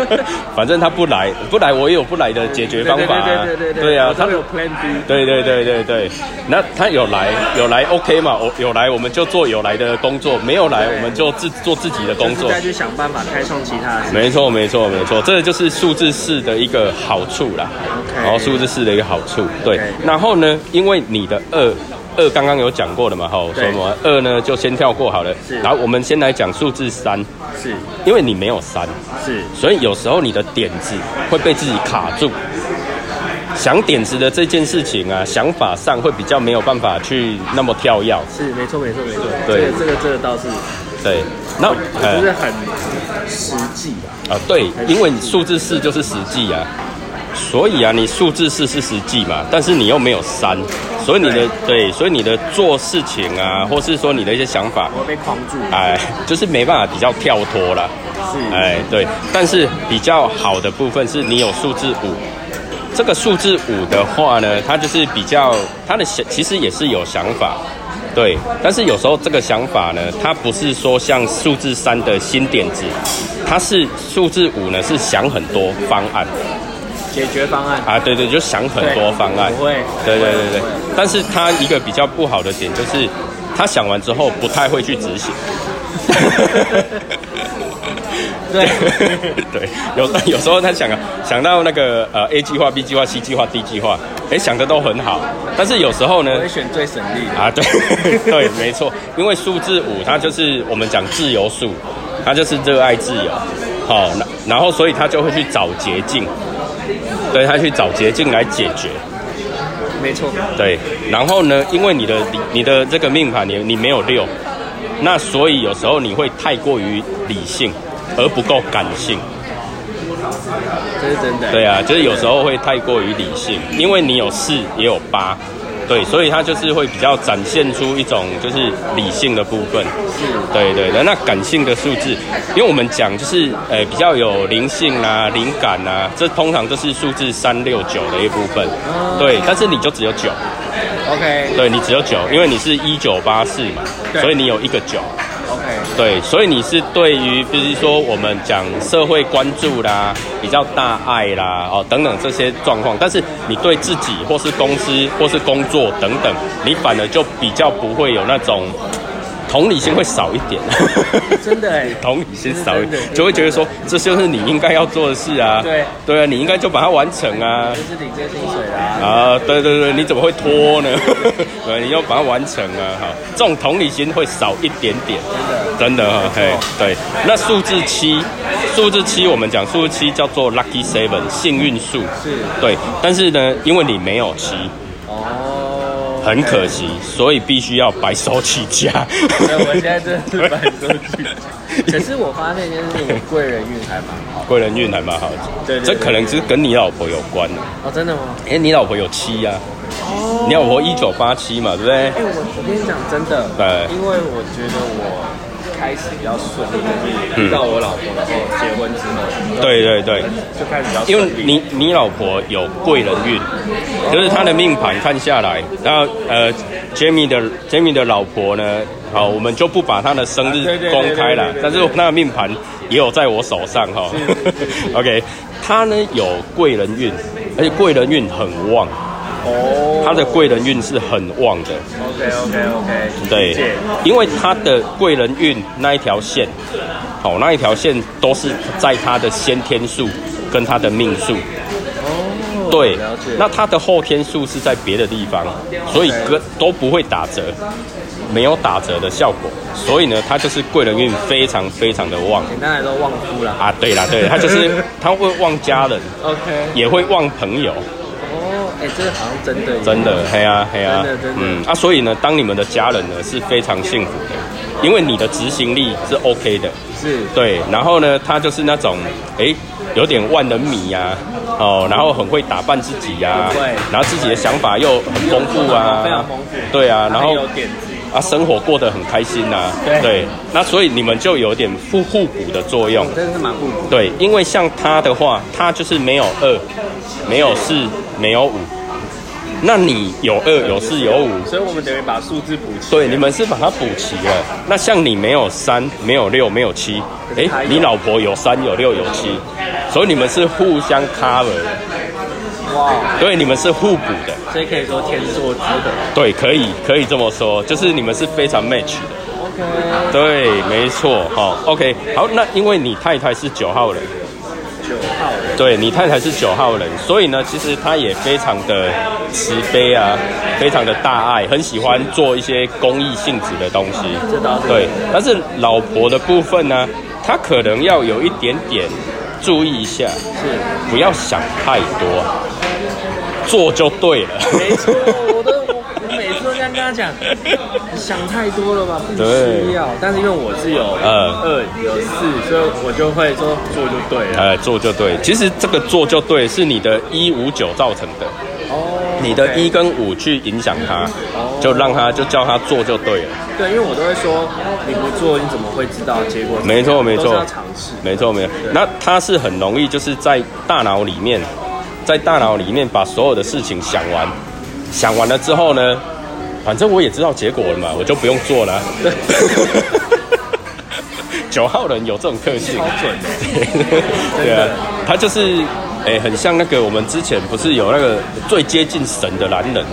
[SPEAKER 1] 哎反正他不来，不来我也有不来的解决方法、啊。
[SPEAKER 2] 对对对对
[SPEAKER 1] 对啊，他
[SPEAKER 2] 他有 Plan B。
[SPEAKER 1] 对对对对对，那他有来有来 OK 嘛？我有来我们就做有来的工作，没有来
[SPEAKER 2] 对
[SPEAKER 1] 我们就自做自己的工
[SPEAKER 2] 就是
[SPEAKER 1] 作
[SPEAKER 2] 再。去想办法开创其他的事情。
[SPEAKER 1] 没错，没错，没错，这个就是数字四的一个好处啦。
[SPEAKER 2] OK
[SPEAKER 1] 然后数字四的一个好处，对
[SPEAKER 2] OK。
[SPEAKER 1] 然后呢，因为你的二二刚刚有讲过的嘛，吼，说
[SPEAKER 2] 对
[SPEAKER 1] 什么二呢就先跳过好了
[SPEAKER 2] 是。
[SPEAKER 1] 然后我们先来讲数字三，
[SPEAKER 2] 是
[SPEAKER 1] 因为你没有三，
[SPEAKER 2] 是
[SPEAKER 1] 所以有时候你的点子会被自己卡住。想点子的这件事情啊，想法上会比较没有办法去那么跳跃，
[SPEAKER 2] 是，没错没错没错，
[SPEAKER 1] 对
[SPEAKER 2] 这个这个这个倒是，
[SPEAKER 1] 对。那呃
[SPEAKER 2] 就是很实际吧。
[SPEAKER 1] 啊，对，因为你数字四就是实际啊，所以啊，你数字四是实际嘛，但是你又没有三，所以你的对，所以你的做事情啊，或是说你的一些想法，
[SPEAKER 2] 我会被框住，
[SPEAKER 1] 哎，就是没办法比较跳脱啦。
[SPEAKER 2] 是
[SPEAKER 1] 哎，对，但是比较好的部分是你有数字五，这个数字五的话呢，它就是比较它的想其实也是有想法，对，但是有时候这个想法呢，它不是说像数字三的新点子，它是数字五呢是想很多方案
[SPEAKER 2] 解决方案，
[SPEAKER 1] 啊，对对，就想很多方案，
[SPEAKER 2] 不会，
[SPEAKER 1] 对对对对
[SPEAKER 2] 不会，
[SPEAKER 1] 但是他一个比较不好的点就是，他想完之后不太会去执行。
[SPEAKER 2] 对
[SPEAKER 1] [laughs] 对，有有时候他想啊想到那个呃 A 计划、B 计划、C 计划、D 计划，哎，想的都很好，但是有时候呢
[SPEAKER 2] 我会，选最省力的，
[SPEAKER 1] 啊，对 [laughs] 对，没错，因为数字五它就是我们讲自由数，它就是热爱自由，好、那然后所以他就会去找捷径，对他去找捷径来解决，
[SPEAKER 2] 没错，
[SPEAKER 1] 对，然后呢，因为你的你你的这个命盘你你没有六，那所以有时候你会太过于理性，而不够感性。
[SPEAKER 2] 这是真的。
[SPEAKER 1] 对啊，就是有时候会太过于理性，因为你有四也有八，对，所以它就是会比较展现出一种就是理性的部分。
[SPEAKER 2] 是
[SPEAKER 1] 对对对，那感性的数字，因为我们讲就是呃比较有灵性啊、灵感啊，这通常都是数字三六九的一部分。对，但是你就只有九。
[SPEAKER 2] OK，
[SPEAKER 1] 对你只有九，因为你是一九八四嘛，
[SPEAKER 2] 对
[SPEAKER 1] 所以你有一个九，
[SPEAKER 2] OK，
[SPEAKER 1] 对，所以你是对于，比如说我们讲社会关注啦，比较大爱啦，哦等等这些状况，但是你对自己或是公司或是工作等等，你反而就比较不会有那种同理心会少一点， [laughs]
[SPEAKER 2] 真的哎、
[SPEAKER 1] 同理心少一
[SPEAKER 2] 是
[SPEAKER 1] 点
[SPEAKER 2] 真，的
[SPEAKER 1] 就会觉得说这就是你应该要做的事啊，
[SPEAKER 2] 对
[SPEAKER 1] 对啊，你应该就把它完成啊
[SPEAKER 2] 我，是领这薪水啦、
[SPEAKER 1] [laughs] 啊，对对对，你怎么会拖呢？ [laughs] 对，你要把它完成啊！好，这种同理心会少一点点，真的，真的哈、嘿，对。那数字七，数字七，我们讲数字七叫做 lucky seven，幸运数，
[SPEAKER 2] 是
[SPEAKER 1] 对。但是呢，因为你没有七，
[SPEAKER 2] 哦，
[SPEAKER 1] 很可
[SPEAKER 2] OK
[SPEAKER 1] 惜，所以必须要白手起家。
[SPEAKER 2] 所以我现在真的是白手起家。可是我发现一件事情，我贵人运还蛮好。
[SPEAKER 1] [laughs] 贵人运还蛮好的，
[SPEAKER 2] 对对对
[SPEAKER 1] 这可能是跟你老婆有关的、
[SPEAKER 2] 哦，真的吗？
[SPEAKER 1] 因为你老婆有七呀、
[SPEAKER 2] 哦
[SPEAKER 1] 你老婆一九八七嘛，对不对
[SPEAKER 2] 哎、？我我跟你讲真的，
[SPEAKER 1] 对
[SPEAKER 2] 因为我觉得我开始比较顺利，就是遇到我老婆，然后结婚之后，
[SPEAKER 1] 对对对。
[SPEAKER 2] 就开始比较
[SPEAKER 1] 因为
[SPEAKER 2] 顺利。
[SPEAKER 1] 你你老婆有贵人运，就是她的命盘看下来，然后呃，Jamie 的 Jamie 的老婆呢，好，我们就不把她的生
[SPEAKER 2] 啊对
[SPEAKER 1] 日
[SPEAKER 2] 对对
[SPEAKER 1] 公开了
[SPEAKER 2] 对对对，对
[SPEAKER 1] 但是她的命盘也有在我手上哈。OK，她 [laughs] 呢有贵人运，而且贵人运很旺，
[SPEAKER 2] 哦，
[SPEAKER 1] 她的贵人运是很旺的，
[SPEAKER 2] OK OK OK，
[SPEAKER 1] 对，因为她的贵人运那一条线，好，那一条线都是在她的先天数跟她的命数。
[SPEAKER 2] 哦，
[SPEAKER 1] 对
[SPEAKER 2] 了解，。
[SPEAKER 1] 那它的后天数是在别的地方，所以
[SPEAKER 2] OK
[SPEAKER 1] 跟都不会打折，没有打折的效果，所以呢，它就是贵人运非常非常的旺
[SPEAKER 2] 简单来说，旺夫啦。
[SPEAKER 1] 啊。对啦，对啦，它就是
[SPEAKER 2] [laughs]
[SPEAKER 1] 它会旺家人，
[SPEAKER 2] OK，
[SPEAKER 1] 也会旺朋友，
[SPEAKER 2] 哦，哎、这个好像真的耶
[SPEAKER 1] 真的，嘿啊，嘿啊
[SPEAKER 2] 真的真的，
[SPEAKER 1] 嗯啊，所以呢，当你们的家人呢是非常幸福的，因为你的执行力是 OK 的，
[SPEAKER 2] 是
[SPEAKER 1] 对，然后呢，他就是那种诶，有点万人迷呀、哦，然后很会打扮自己呀、
[SPEAKER 2] 很会
[SPEAKER 1] 然后自己的想法又很丰富啊，
[SPEAKER 2] 非常丰富
[SPEAKER 1] 对啊，然后
[SPEAKER 2] 很有点子。
[SPEAKER 1] 啊，生活过得很开心呐、
[SPEAKER 2] 对
[SPEAKER 1] 那所以你们就有点互互补的作用，
[SPEAKER 2] 真的是蛮互补，
[SPEAKER 1] 对，因为像他的话，他就是没有二，没有四，没有五，那你有二有四有五，
[SPEAKER 2] 所以我们等于把数字补齐。
[SPEAKER 1] 对，你们是把它补齐了。那像你没有三，没有六，没有七，
[SPEAKER 2] 可
[SPEAKER 1] 诶，
[SPEAKER 2] 是他有
[SPEAKER 1] 你老婆有三，有六，有七，所以你们是互相 cover，的
[SPEAKER 2] 哇，
[SPEAKER 1] 对，你们是互补的，
[SPEAKER 2] 所以可以说天作之合。
[SPEAKER 1] 对，可以可以这么说，就是你们是非常 match 的，
[SPEAKER 2] OK，
[SPEAKER 1] 对，没错，好、o k 好，那因为你太太是九号人，
[SPEAKER 2] 九号人
[SPEAKER 1] 对你太太是九号人，所以呢，其实她也非常的慈悲啊，非常的大爱，很喜欢做一些公益性质的东西。
[SPEAKER 2] 这倒是
[SPEAKER 1] 对，但是老婆的部分呢，她可能要有一点点注意一下，
[SPEAKER 2] 是
[SPEAKER 1] 不要想太多，做就对了。
[SPEAKER 2] 没错，我都我我每次都这样跟他讲，你想太多了吧，不需要。但是因为我是有
[SPEAKER 1] 呃
[SPEAKER 2] 二有四，所以我就会说做就对
[SPEAKER 1] [laughs]
[SPEAKER 2] 了。
[SPEAKER 1] 呃，做就对。其实这个做就对是你的一五九造成的，
[SPEAKER 2] 哦，
[SPEAKER 1] 你的一跟五去影响她，就让她就叫她做就对了。
[SPEAKER 2] 对，因为我都会说你不做你怎么会知道结果怎么
[SPEAKER 1] 没
[SPEAKER 2] 样？
[SPEAKER 1] 错没错
[SPEAKER 2] 都是要尝试。
[SPEAKER 1] 没错，没错。那他是很容易，就是在大脑里面，在大脑里面把所有的事情想完，想完了之后呢，反正我也知道结果了嘛，我就不用做了啊、 [laughs]
[SPEAKER 2] 对
[SPEAKER 1] 九号人有这种特性，
[SPEAKER 2] 超准的
[SPEAKER 1] 对啊，他就是哎、很像那个我们之前不是有那个最接近神的男人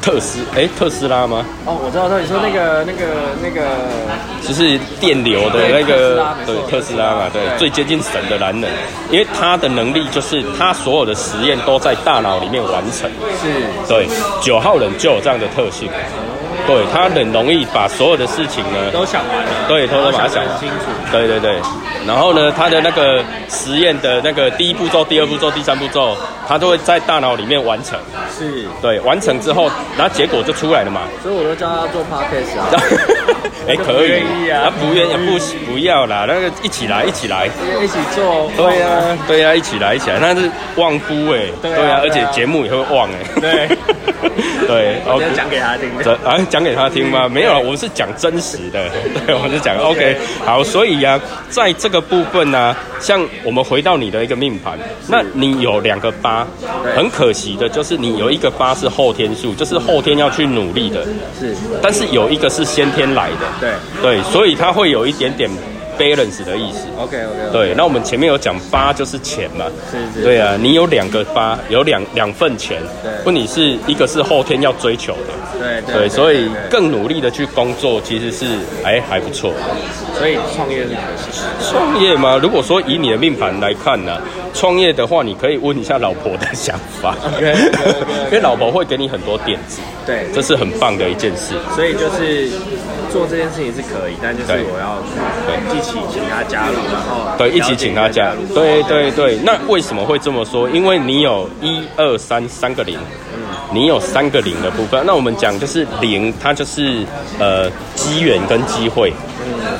[SPEAKER 1] 特斯哎、特斯拉吗？
[SPEAKER 2] 哦，我知道，知道你说那个那个那个，
[SPEAKER 1] 就是电流的那个对
[SPEAKER 2] 对
[SPEAKER 1] 特
[SPEAKER 2] 特
[SPEAKER 1] 斯
[SPEAKER 2] 斯
[SPEAKER 1] 拉
[SPEAKER 2] 拉
[SPEAKER 1] 嘛
[SPEAKER 2] 没错，
[SPEAKER 1] 对
[SPEAKER 2] 对
[SPEAKER 1] 最接近神的男人，因为他的能力就是他所有的实验都在大脑里面完成。
[SPEAKER 2] 是
[SPEAKER 1] 对，九号人就有这样的特性，对他很容易把所有的事情呢，
[SPEAKER 2] 都想完了，
[SPEAKER 1] 对，偷偷把它想完
[SPEAKER 2] 得很清楚，
[SPEAKER 1] 对对对，然后呢，他的那个实验的那个第一步骤、第二步骤、第三步骤，他都会在大脑里面完成。
[SPEAKER 2] 是，
[SPEAKER 1] 对，完成之后，然后结果就出来了嘛。
[SPEAKER 2] 所以我都叫他做 podcast 啊，
[SPEAKER 1] [laughs] 哎、可以，
[SPEAKER 2] 不愿意啊
[SPEAKER 1] 不愿意，不不要啦，那个一起来，一起来，
[SPEAKER 2] 一起做，
[SPEAKER 1] 对啊，对啊，一起来，一起来，那是旺夫哎、
[SPEAKER 2] 对啊
[SPEAKER 1] 对啊，而
[SPEAKER 2] 对
[SPEAKER 1] 且
[SPEAKER 2] 啊
[SPEAKER 1] 节目也会旺哎、
[SPEAKER 2] 对
[SPEAKER 1] [laughs] 对
[SPEAKER 2] [laughs]
[SPEAKER 1] 哦
[SPEAKER 2] 我
[SPEAKER 1] ，OK，
[SPEAKER 2] 就讲给他听的，
[SPEAKER 1] 这啊，讲给他听吗？没有啊，我是讲真实的，对， [laughs] 我是讲 OK 好，所以呀、在这个部分呢、像我们回到你的一个命盘，那你有两个八，很可惜的就是你有一个八是后天数，就是后天要去努力的，
[SPEAKER 2] 是
[SPEAKER 1] 但是有一个是先天来的，
[SPEAKER 2] 对
[SPEAKER 1] 对，所以它会有一点点 balance 的意思。
[SPEAKER 2] ，OK OK，，
[SPEAKER 1] 对，那我们前面有讲八就是钱嘛，
[SPEAKER 2] 是是
[SPEAKER 1] 对啊，你有两个八，有两两份钱
[SPEAKER 2] 对，
[SPEAKER 1] 问题是一个是后天要追求的，
[SPEAKER 2] 对对
[SPEAKER 1] 对，所以
[SPEAKER 2] 对
[SPEAKER 1] 更努力的去工作，其实是哎还不错。
[SPEAKER 2] 所以创业是可行，
[SPEAKER 1] 创业吗？如果说以你的命盘来看呢、创业的话，你可以问一下老婆的想法
[SPEAKER 2] OK，OK，OK
[SPEAKER 1] 因为老婆会给你很多点子，
[SPEAKER 2] 对，
[SPEAKER 1] 这是很棒的一件事。
[SPEAKER 2] 所以就是做这件事情是可以，但就是
[SPEAKER 1] 对
[SPEAKER 2] 我要去一起请他加入，然后
[SPEAKER 1] 对，一起请他加入。对对对，那为什么会这么说？因为你有一二三三个零，你有三个零的部分。那我们讲就是零，它就是呃机缘跟机会，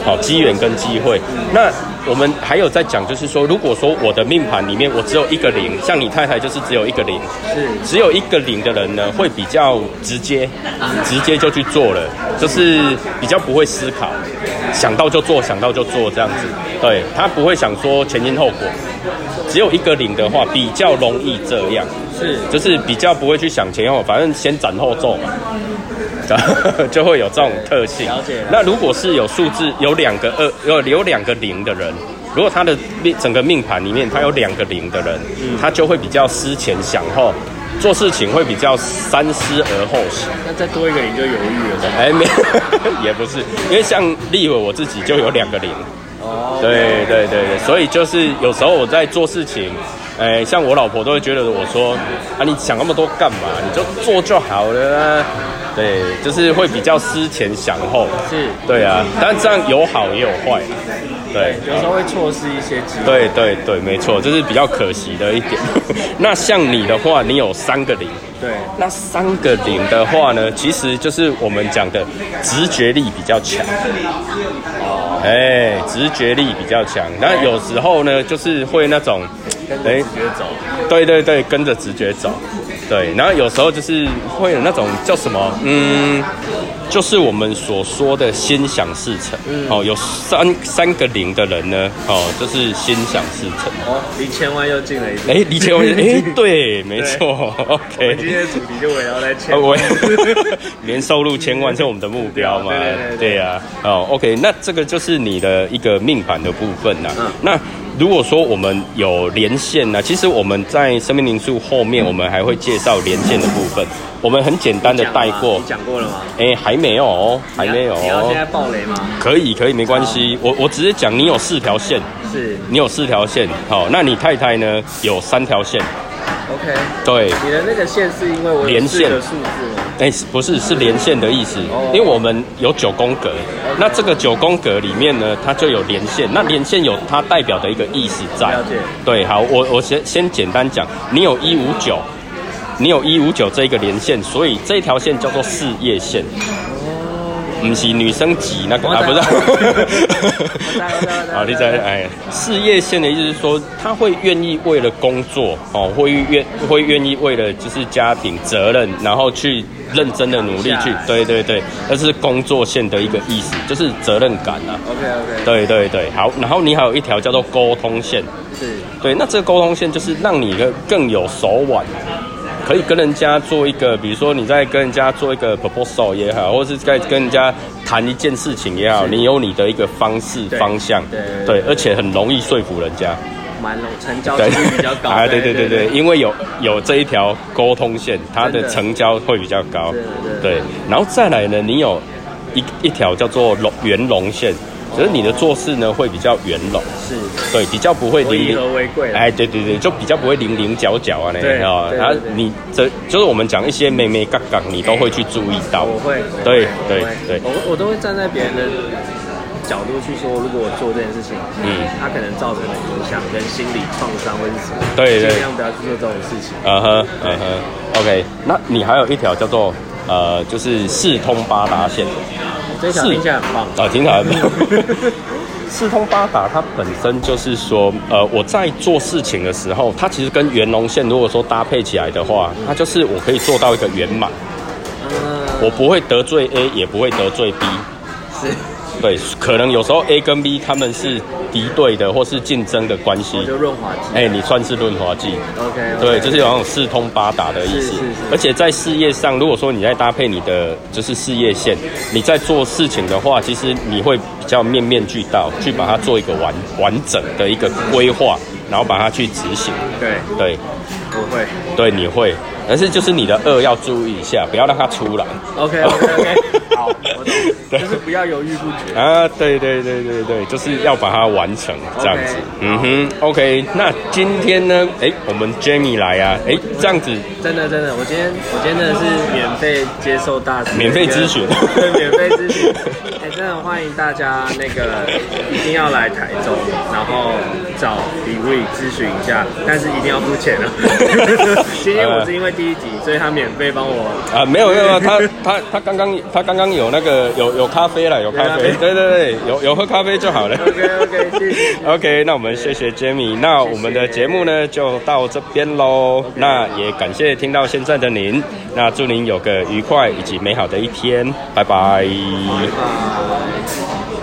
[SPEAKER 1] 好机缘跟机会。那我们还有在讲，就是说，如果说我的命盘里面我只有一个零，像你太太就是只有一个零，
[SPEAKER 2] 是
[SPEAKER 1] 只有一个零的人呢，会比较直接，直接就去做了，就是比较不会思考，想到就做，想到就做这样子。对他不会想说前因后果。只有一个零的话，比较容易这样，
[SPEAKER 2] 是
[SPEAKER 1] 就是比较不会去想前因后，果， [laughs] 反正先斩后奏嘛。就会有这种特性。
[SPEAKER 2] 了解了解
[SPEAKER 1] 那如果是有数字有两个二有有两个零的人，如果他的命整个命盘里面他有两个零的人，
[SPEAKER 2] 嗯
[SPEAKER 1] 他就会比较思前想后，做事情会比较三思而后行。
[SPEAKER 2] 那再多一个你就犹豫了，
[SPEAKER 1] 哎，没， [laughs] 也不是，因为像立伟我自己就有两个零。
[SPEAKER 2] 哦，
[SPEAKER 1] 对对对对，所以就是有时候我在做事情，哎，像我老婆都会觉得我说啊，你想那么多干嘛？你就做就好了、啊。对，就是会比较思前想后。
[SPEAKER 2] 是
[SPEAKER 1] 对啊，但这样有好也有坏。对，
[SPEAKER 2] 有时候会错失一些机会，
[SPEAKER 1] 对对对，没错，这是比较可惜的一点。 [laughs] 那像你的话，你有三个零，
[SPEAKER 2] 对，
[SPEAKER 1] 那三个零的话呢，其实就是我们讲的直觉力比较强。哦，哎，直觉力比较强。那有时候呢，就是会那种，哎，
[SPEAKER 2] 直接走，
[SPEAKER 1] 对对对，跟着直觉走。对，然后有时候就是会有那种叫什么，嗯，就是我们所说的心想事成。
[SPEAKER 2] 嗯
[SPEAKER 1] 哦，有三三个零的人呢，哦，就是心想事成。
[SPEAKER 2] 哦，离千万又近了一步。
[SPEAKER 1] 哎，李千文，
[SPEAKER 2] [laughs]
[SPEAKER 1] 哎，对，没错
[SPEAKER 2] 我
[SPEAKER 1] ，OK
[SPEAKER 2] 们。今天的主题就围绕在
[SPEAKER 1] 呃，
[SPEAKER 2] 千
[SPEAKER 1] 我
[SPEAKER 2] 万， [laughs]
[SPEAKER 1] 年收入千万是我们的目标嘛？
[SPEAKER 2] 对对对对
[SPEAKER 1] 对呀、哦，OK，那这个就是你的一个命盘的部分啦、
[SPEAKER 2] 嗯
[SPEAKER 1] 那如果说我们有连线啊呢、其实我们在生命灵数后面，我们还会介绍连线的部分，我们很简单的带过
[SPEAKER 2] 你。讲过了吗？
[SPEAKER 1] 哎，还没有哦，还没有
[SPEAKER 2] 你要你要现在
[SPEAKER 1] 哦。
[SPEAKER 2] 爆雷吗？
[SPEAKER 1] 可以，可以，没关系。我我直接讲，你有四条线，
[SPEAKER 2] 是
[SPEAKER 1] 你有四条线。好，那你太太呢？有三条线。
[SPEAKER 2] ，OK。
[SPEAKER 1] 对，
[SPEAKER 2] 你的那个线是因为我有
[SPEAKER 1] 连
[SPEAKER 2] 四
[SPEAKER 1] 线
[SPEAKER 2] 个数字吗？
[SPEAKER 1] 哎、不是，是连线的意思，
[SPEAKER 2] 哦
[SPEAKER 1] 因为我们有九宫格，那这个九宫格里面呢，它就有连线，那连线有它代表的一个意思在
[SPEAKER 2] 了解。
[SPEAKER 1] 对，好，我我先先简单讲，你有一五九，你有一五九这一个连线，所以这条线叫做事业线。不是女生挤那个
[SPEAKER 2] 哦我
[SPEAKER 1] 啊，不
[SPEAKER 2] 知
[SPEAKER 1] 是
[SPEAKER 2] 道我知道我知道我知
[SPEAKER 1] [laughs]
[SPEAKER 2] 道
[SPEAKER 1] 好，你在哎，事业线的意思是说，他会愿意为了工作哦，会愿会愿意为了就是家庭责任，然后去认真的努力
[SPEAKER 2] 下
[SPEAKER 1] 去
[SPEAKER 2] 来，
[SPEAKER 1] 对对对，那是工作线的一个意思，就是责任感啊。
[SPEAKER 2] OK OK，，
[SPEAKER 1] 对对对，好，然后你还有一条叫做沟通线，
[SPEAKER 2] 是
[SPEAKER 1] 对，那这个沟通线就是让你更更有手腕，可以跟人家做一个，比如说你在跟人家做一个 proposal 也好，或是在跟人家谈一件事情也好，你有你的一个方式
[SPEAKER 2] 对
[SPEAKER 1] 方向，
[SPEAKER 2] 对对
[SPEAKER 1] 而且很容易说服人家，
[SPEAKER 2] 蛮容成交几率比较
[SPEAKER 1] [laughs]
[SPEAKER 2] 高。
[SPEAKER 1] 啊，对对对对，，因为有有这一条沟通线，它
[SPEAKER 2] 真
[SPEAKER 1] 的
[SPEAKER 2] 的
[SPEAKER 1] 成交会比较高，
[SPEAKER 2] 对对
[SPEAKER 1] 对，然后再来呢，你有一一条叫做龙圆龙线，就是你的做事呢会比较圆融，
[SPEAKER 2] 是
[SPEAKER 1] 对，比较不会
[SPEAKER 2] 我
[SPEAKER 1] 零
[SPEAKER 2] 以
[SPEAKER 1] 零
[SPEAKER 2] 和为贵啦。
[SPEAKER 1] 哎，对对对，就比较不会零零角角啊那
[SPEAKER 2] 对
[SPEAKER 1] 啊，
[SPEAKER 2] 对对
[SPEAKER 1] 然后
[SPEAKER 2] 对
[SPEAKER 1] 你这就是我们讲一些妹妹嘎嘎，你都会去注意到。
[SPEAKER 2] 我会，
[SPEAKER 1] 哦对
[SPEAKER 2] 我
[SPEAKER 1] 对
[SPEAKER 2] 会
[SPEAKER 1] 对
[SPEAKER 2] 我我都会站在别人的角度去说，如果我做这件事情，
[SPEAKER 1] 嗯
[SPEAKER 2] 嗯，它可能造成的影响跟心理创伤会是什么？
[SPEAKER 1] 对对
[SPEAKER 2] 尽量不要去做这种事情。
[SPEAKER 1] 嗯哼嗯哼，OK，那你还有一条叫做呃，就是四通八达线
[SPEAKER 2] 这一条
[SPEAKER 1] 是
[SPEAKER 2] 听起来很棒，
[SPEAKER 1] 啊，挺
[SPEAKER 2] [laughs]
[SPEAKER 1] 好的。四通八达，它本身就是说，呃，我在做事情的时候，它其实跟圆龙线如果说搭配起来的话，它就是我可以做到一个圆满。
[SPEAKER 2] 嗯，
[SPEAKER 1] 我不会得罪 A，也不会得罪 B。
[SPEAKER 2] 是
[SPEAKER 1] 对，可能有时候 A 跟 B 他们是敌对的或是竞争的关系
[SPEAKER 2] 我。就润滑剂。
[SPEAKER 1] 哎、你算是润滑剂。
[SPEAKER 2] OK，
[SPEAKER 1] 对，就是有那种四通八达的意
[SPEAKER 2] 是
[SPEAKER 1] 思
[SPEAKER 2] 是是。
[SPEAKER 1] 而且在事业上，如果说你在搭配你的就是事业线，你在做事情的话，其实你会比较面面俱到，去把它做一个完完整的一个规划，然后把它去执行。
[SPEAKER 3] 对，
[SPEAKER 1] 对，
[SPEAKER 3] 我会。
[SPEAKER 1] 对，你会。但是就是你的恶要注意一下，不要让它出来。
[SPEAKER 2] OK OK
[SPEAKER 1] [laughs]
[SPEAKER 2] OK，好，我
[SPEAKER 1] 对
[SPEAKER 2] 懂，就是不要犹豫不决。
[SPEAKER 1] 啊，对对对对对，就是要把它完成这样子。嗯哼，OK。那今天呢？哎，我们 Jamie 来啊，哎，这样子
[SPEAKER 2] 真的真的，我今天我今天真的是免费接受大师的
[SPEAKER 1] 免费咨询
[SPEAKER 2] 对，免费
[SPEAKER 1] [laughs]
[SPEAKER 2] 咨询。哎、真的欢迎大家那个一定要来台中，然后找李卫咨询一下，但是一定要付钱哦。今天我是因为第一集，所以他免费帮我。
[SPEAKER 1] 啊，没有没有，没有他他他刚刚他刚刚有那个有有咖啡了，有咖啡
[SPEAKER 2] 有咖啡，
[SPEAKER 1] 对对对，有有喝咖啡就好了。
[SPEAKER 2] OK，OK，谢谢
[SPEAKER 1] [laughs] OK，那我们谢谢 Jamie，那我们的节目呢就到这边喽。那也感谢听到现在的您，那祝您有个愉快以及美好的一天，拜拜。
[SPEAKER 2] 啊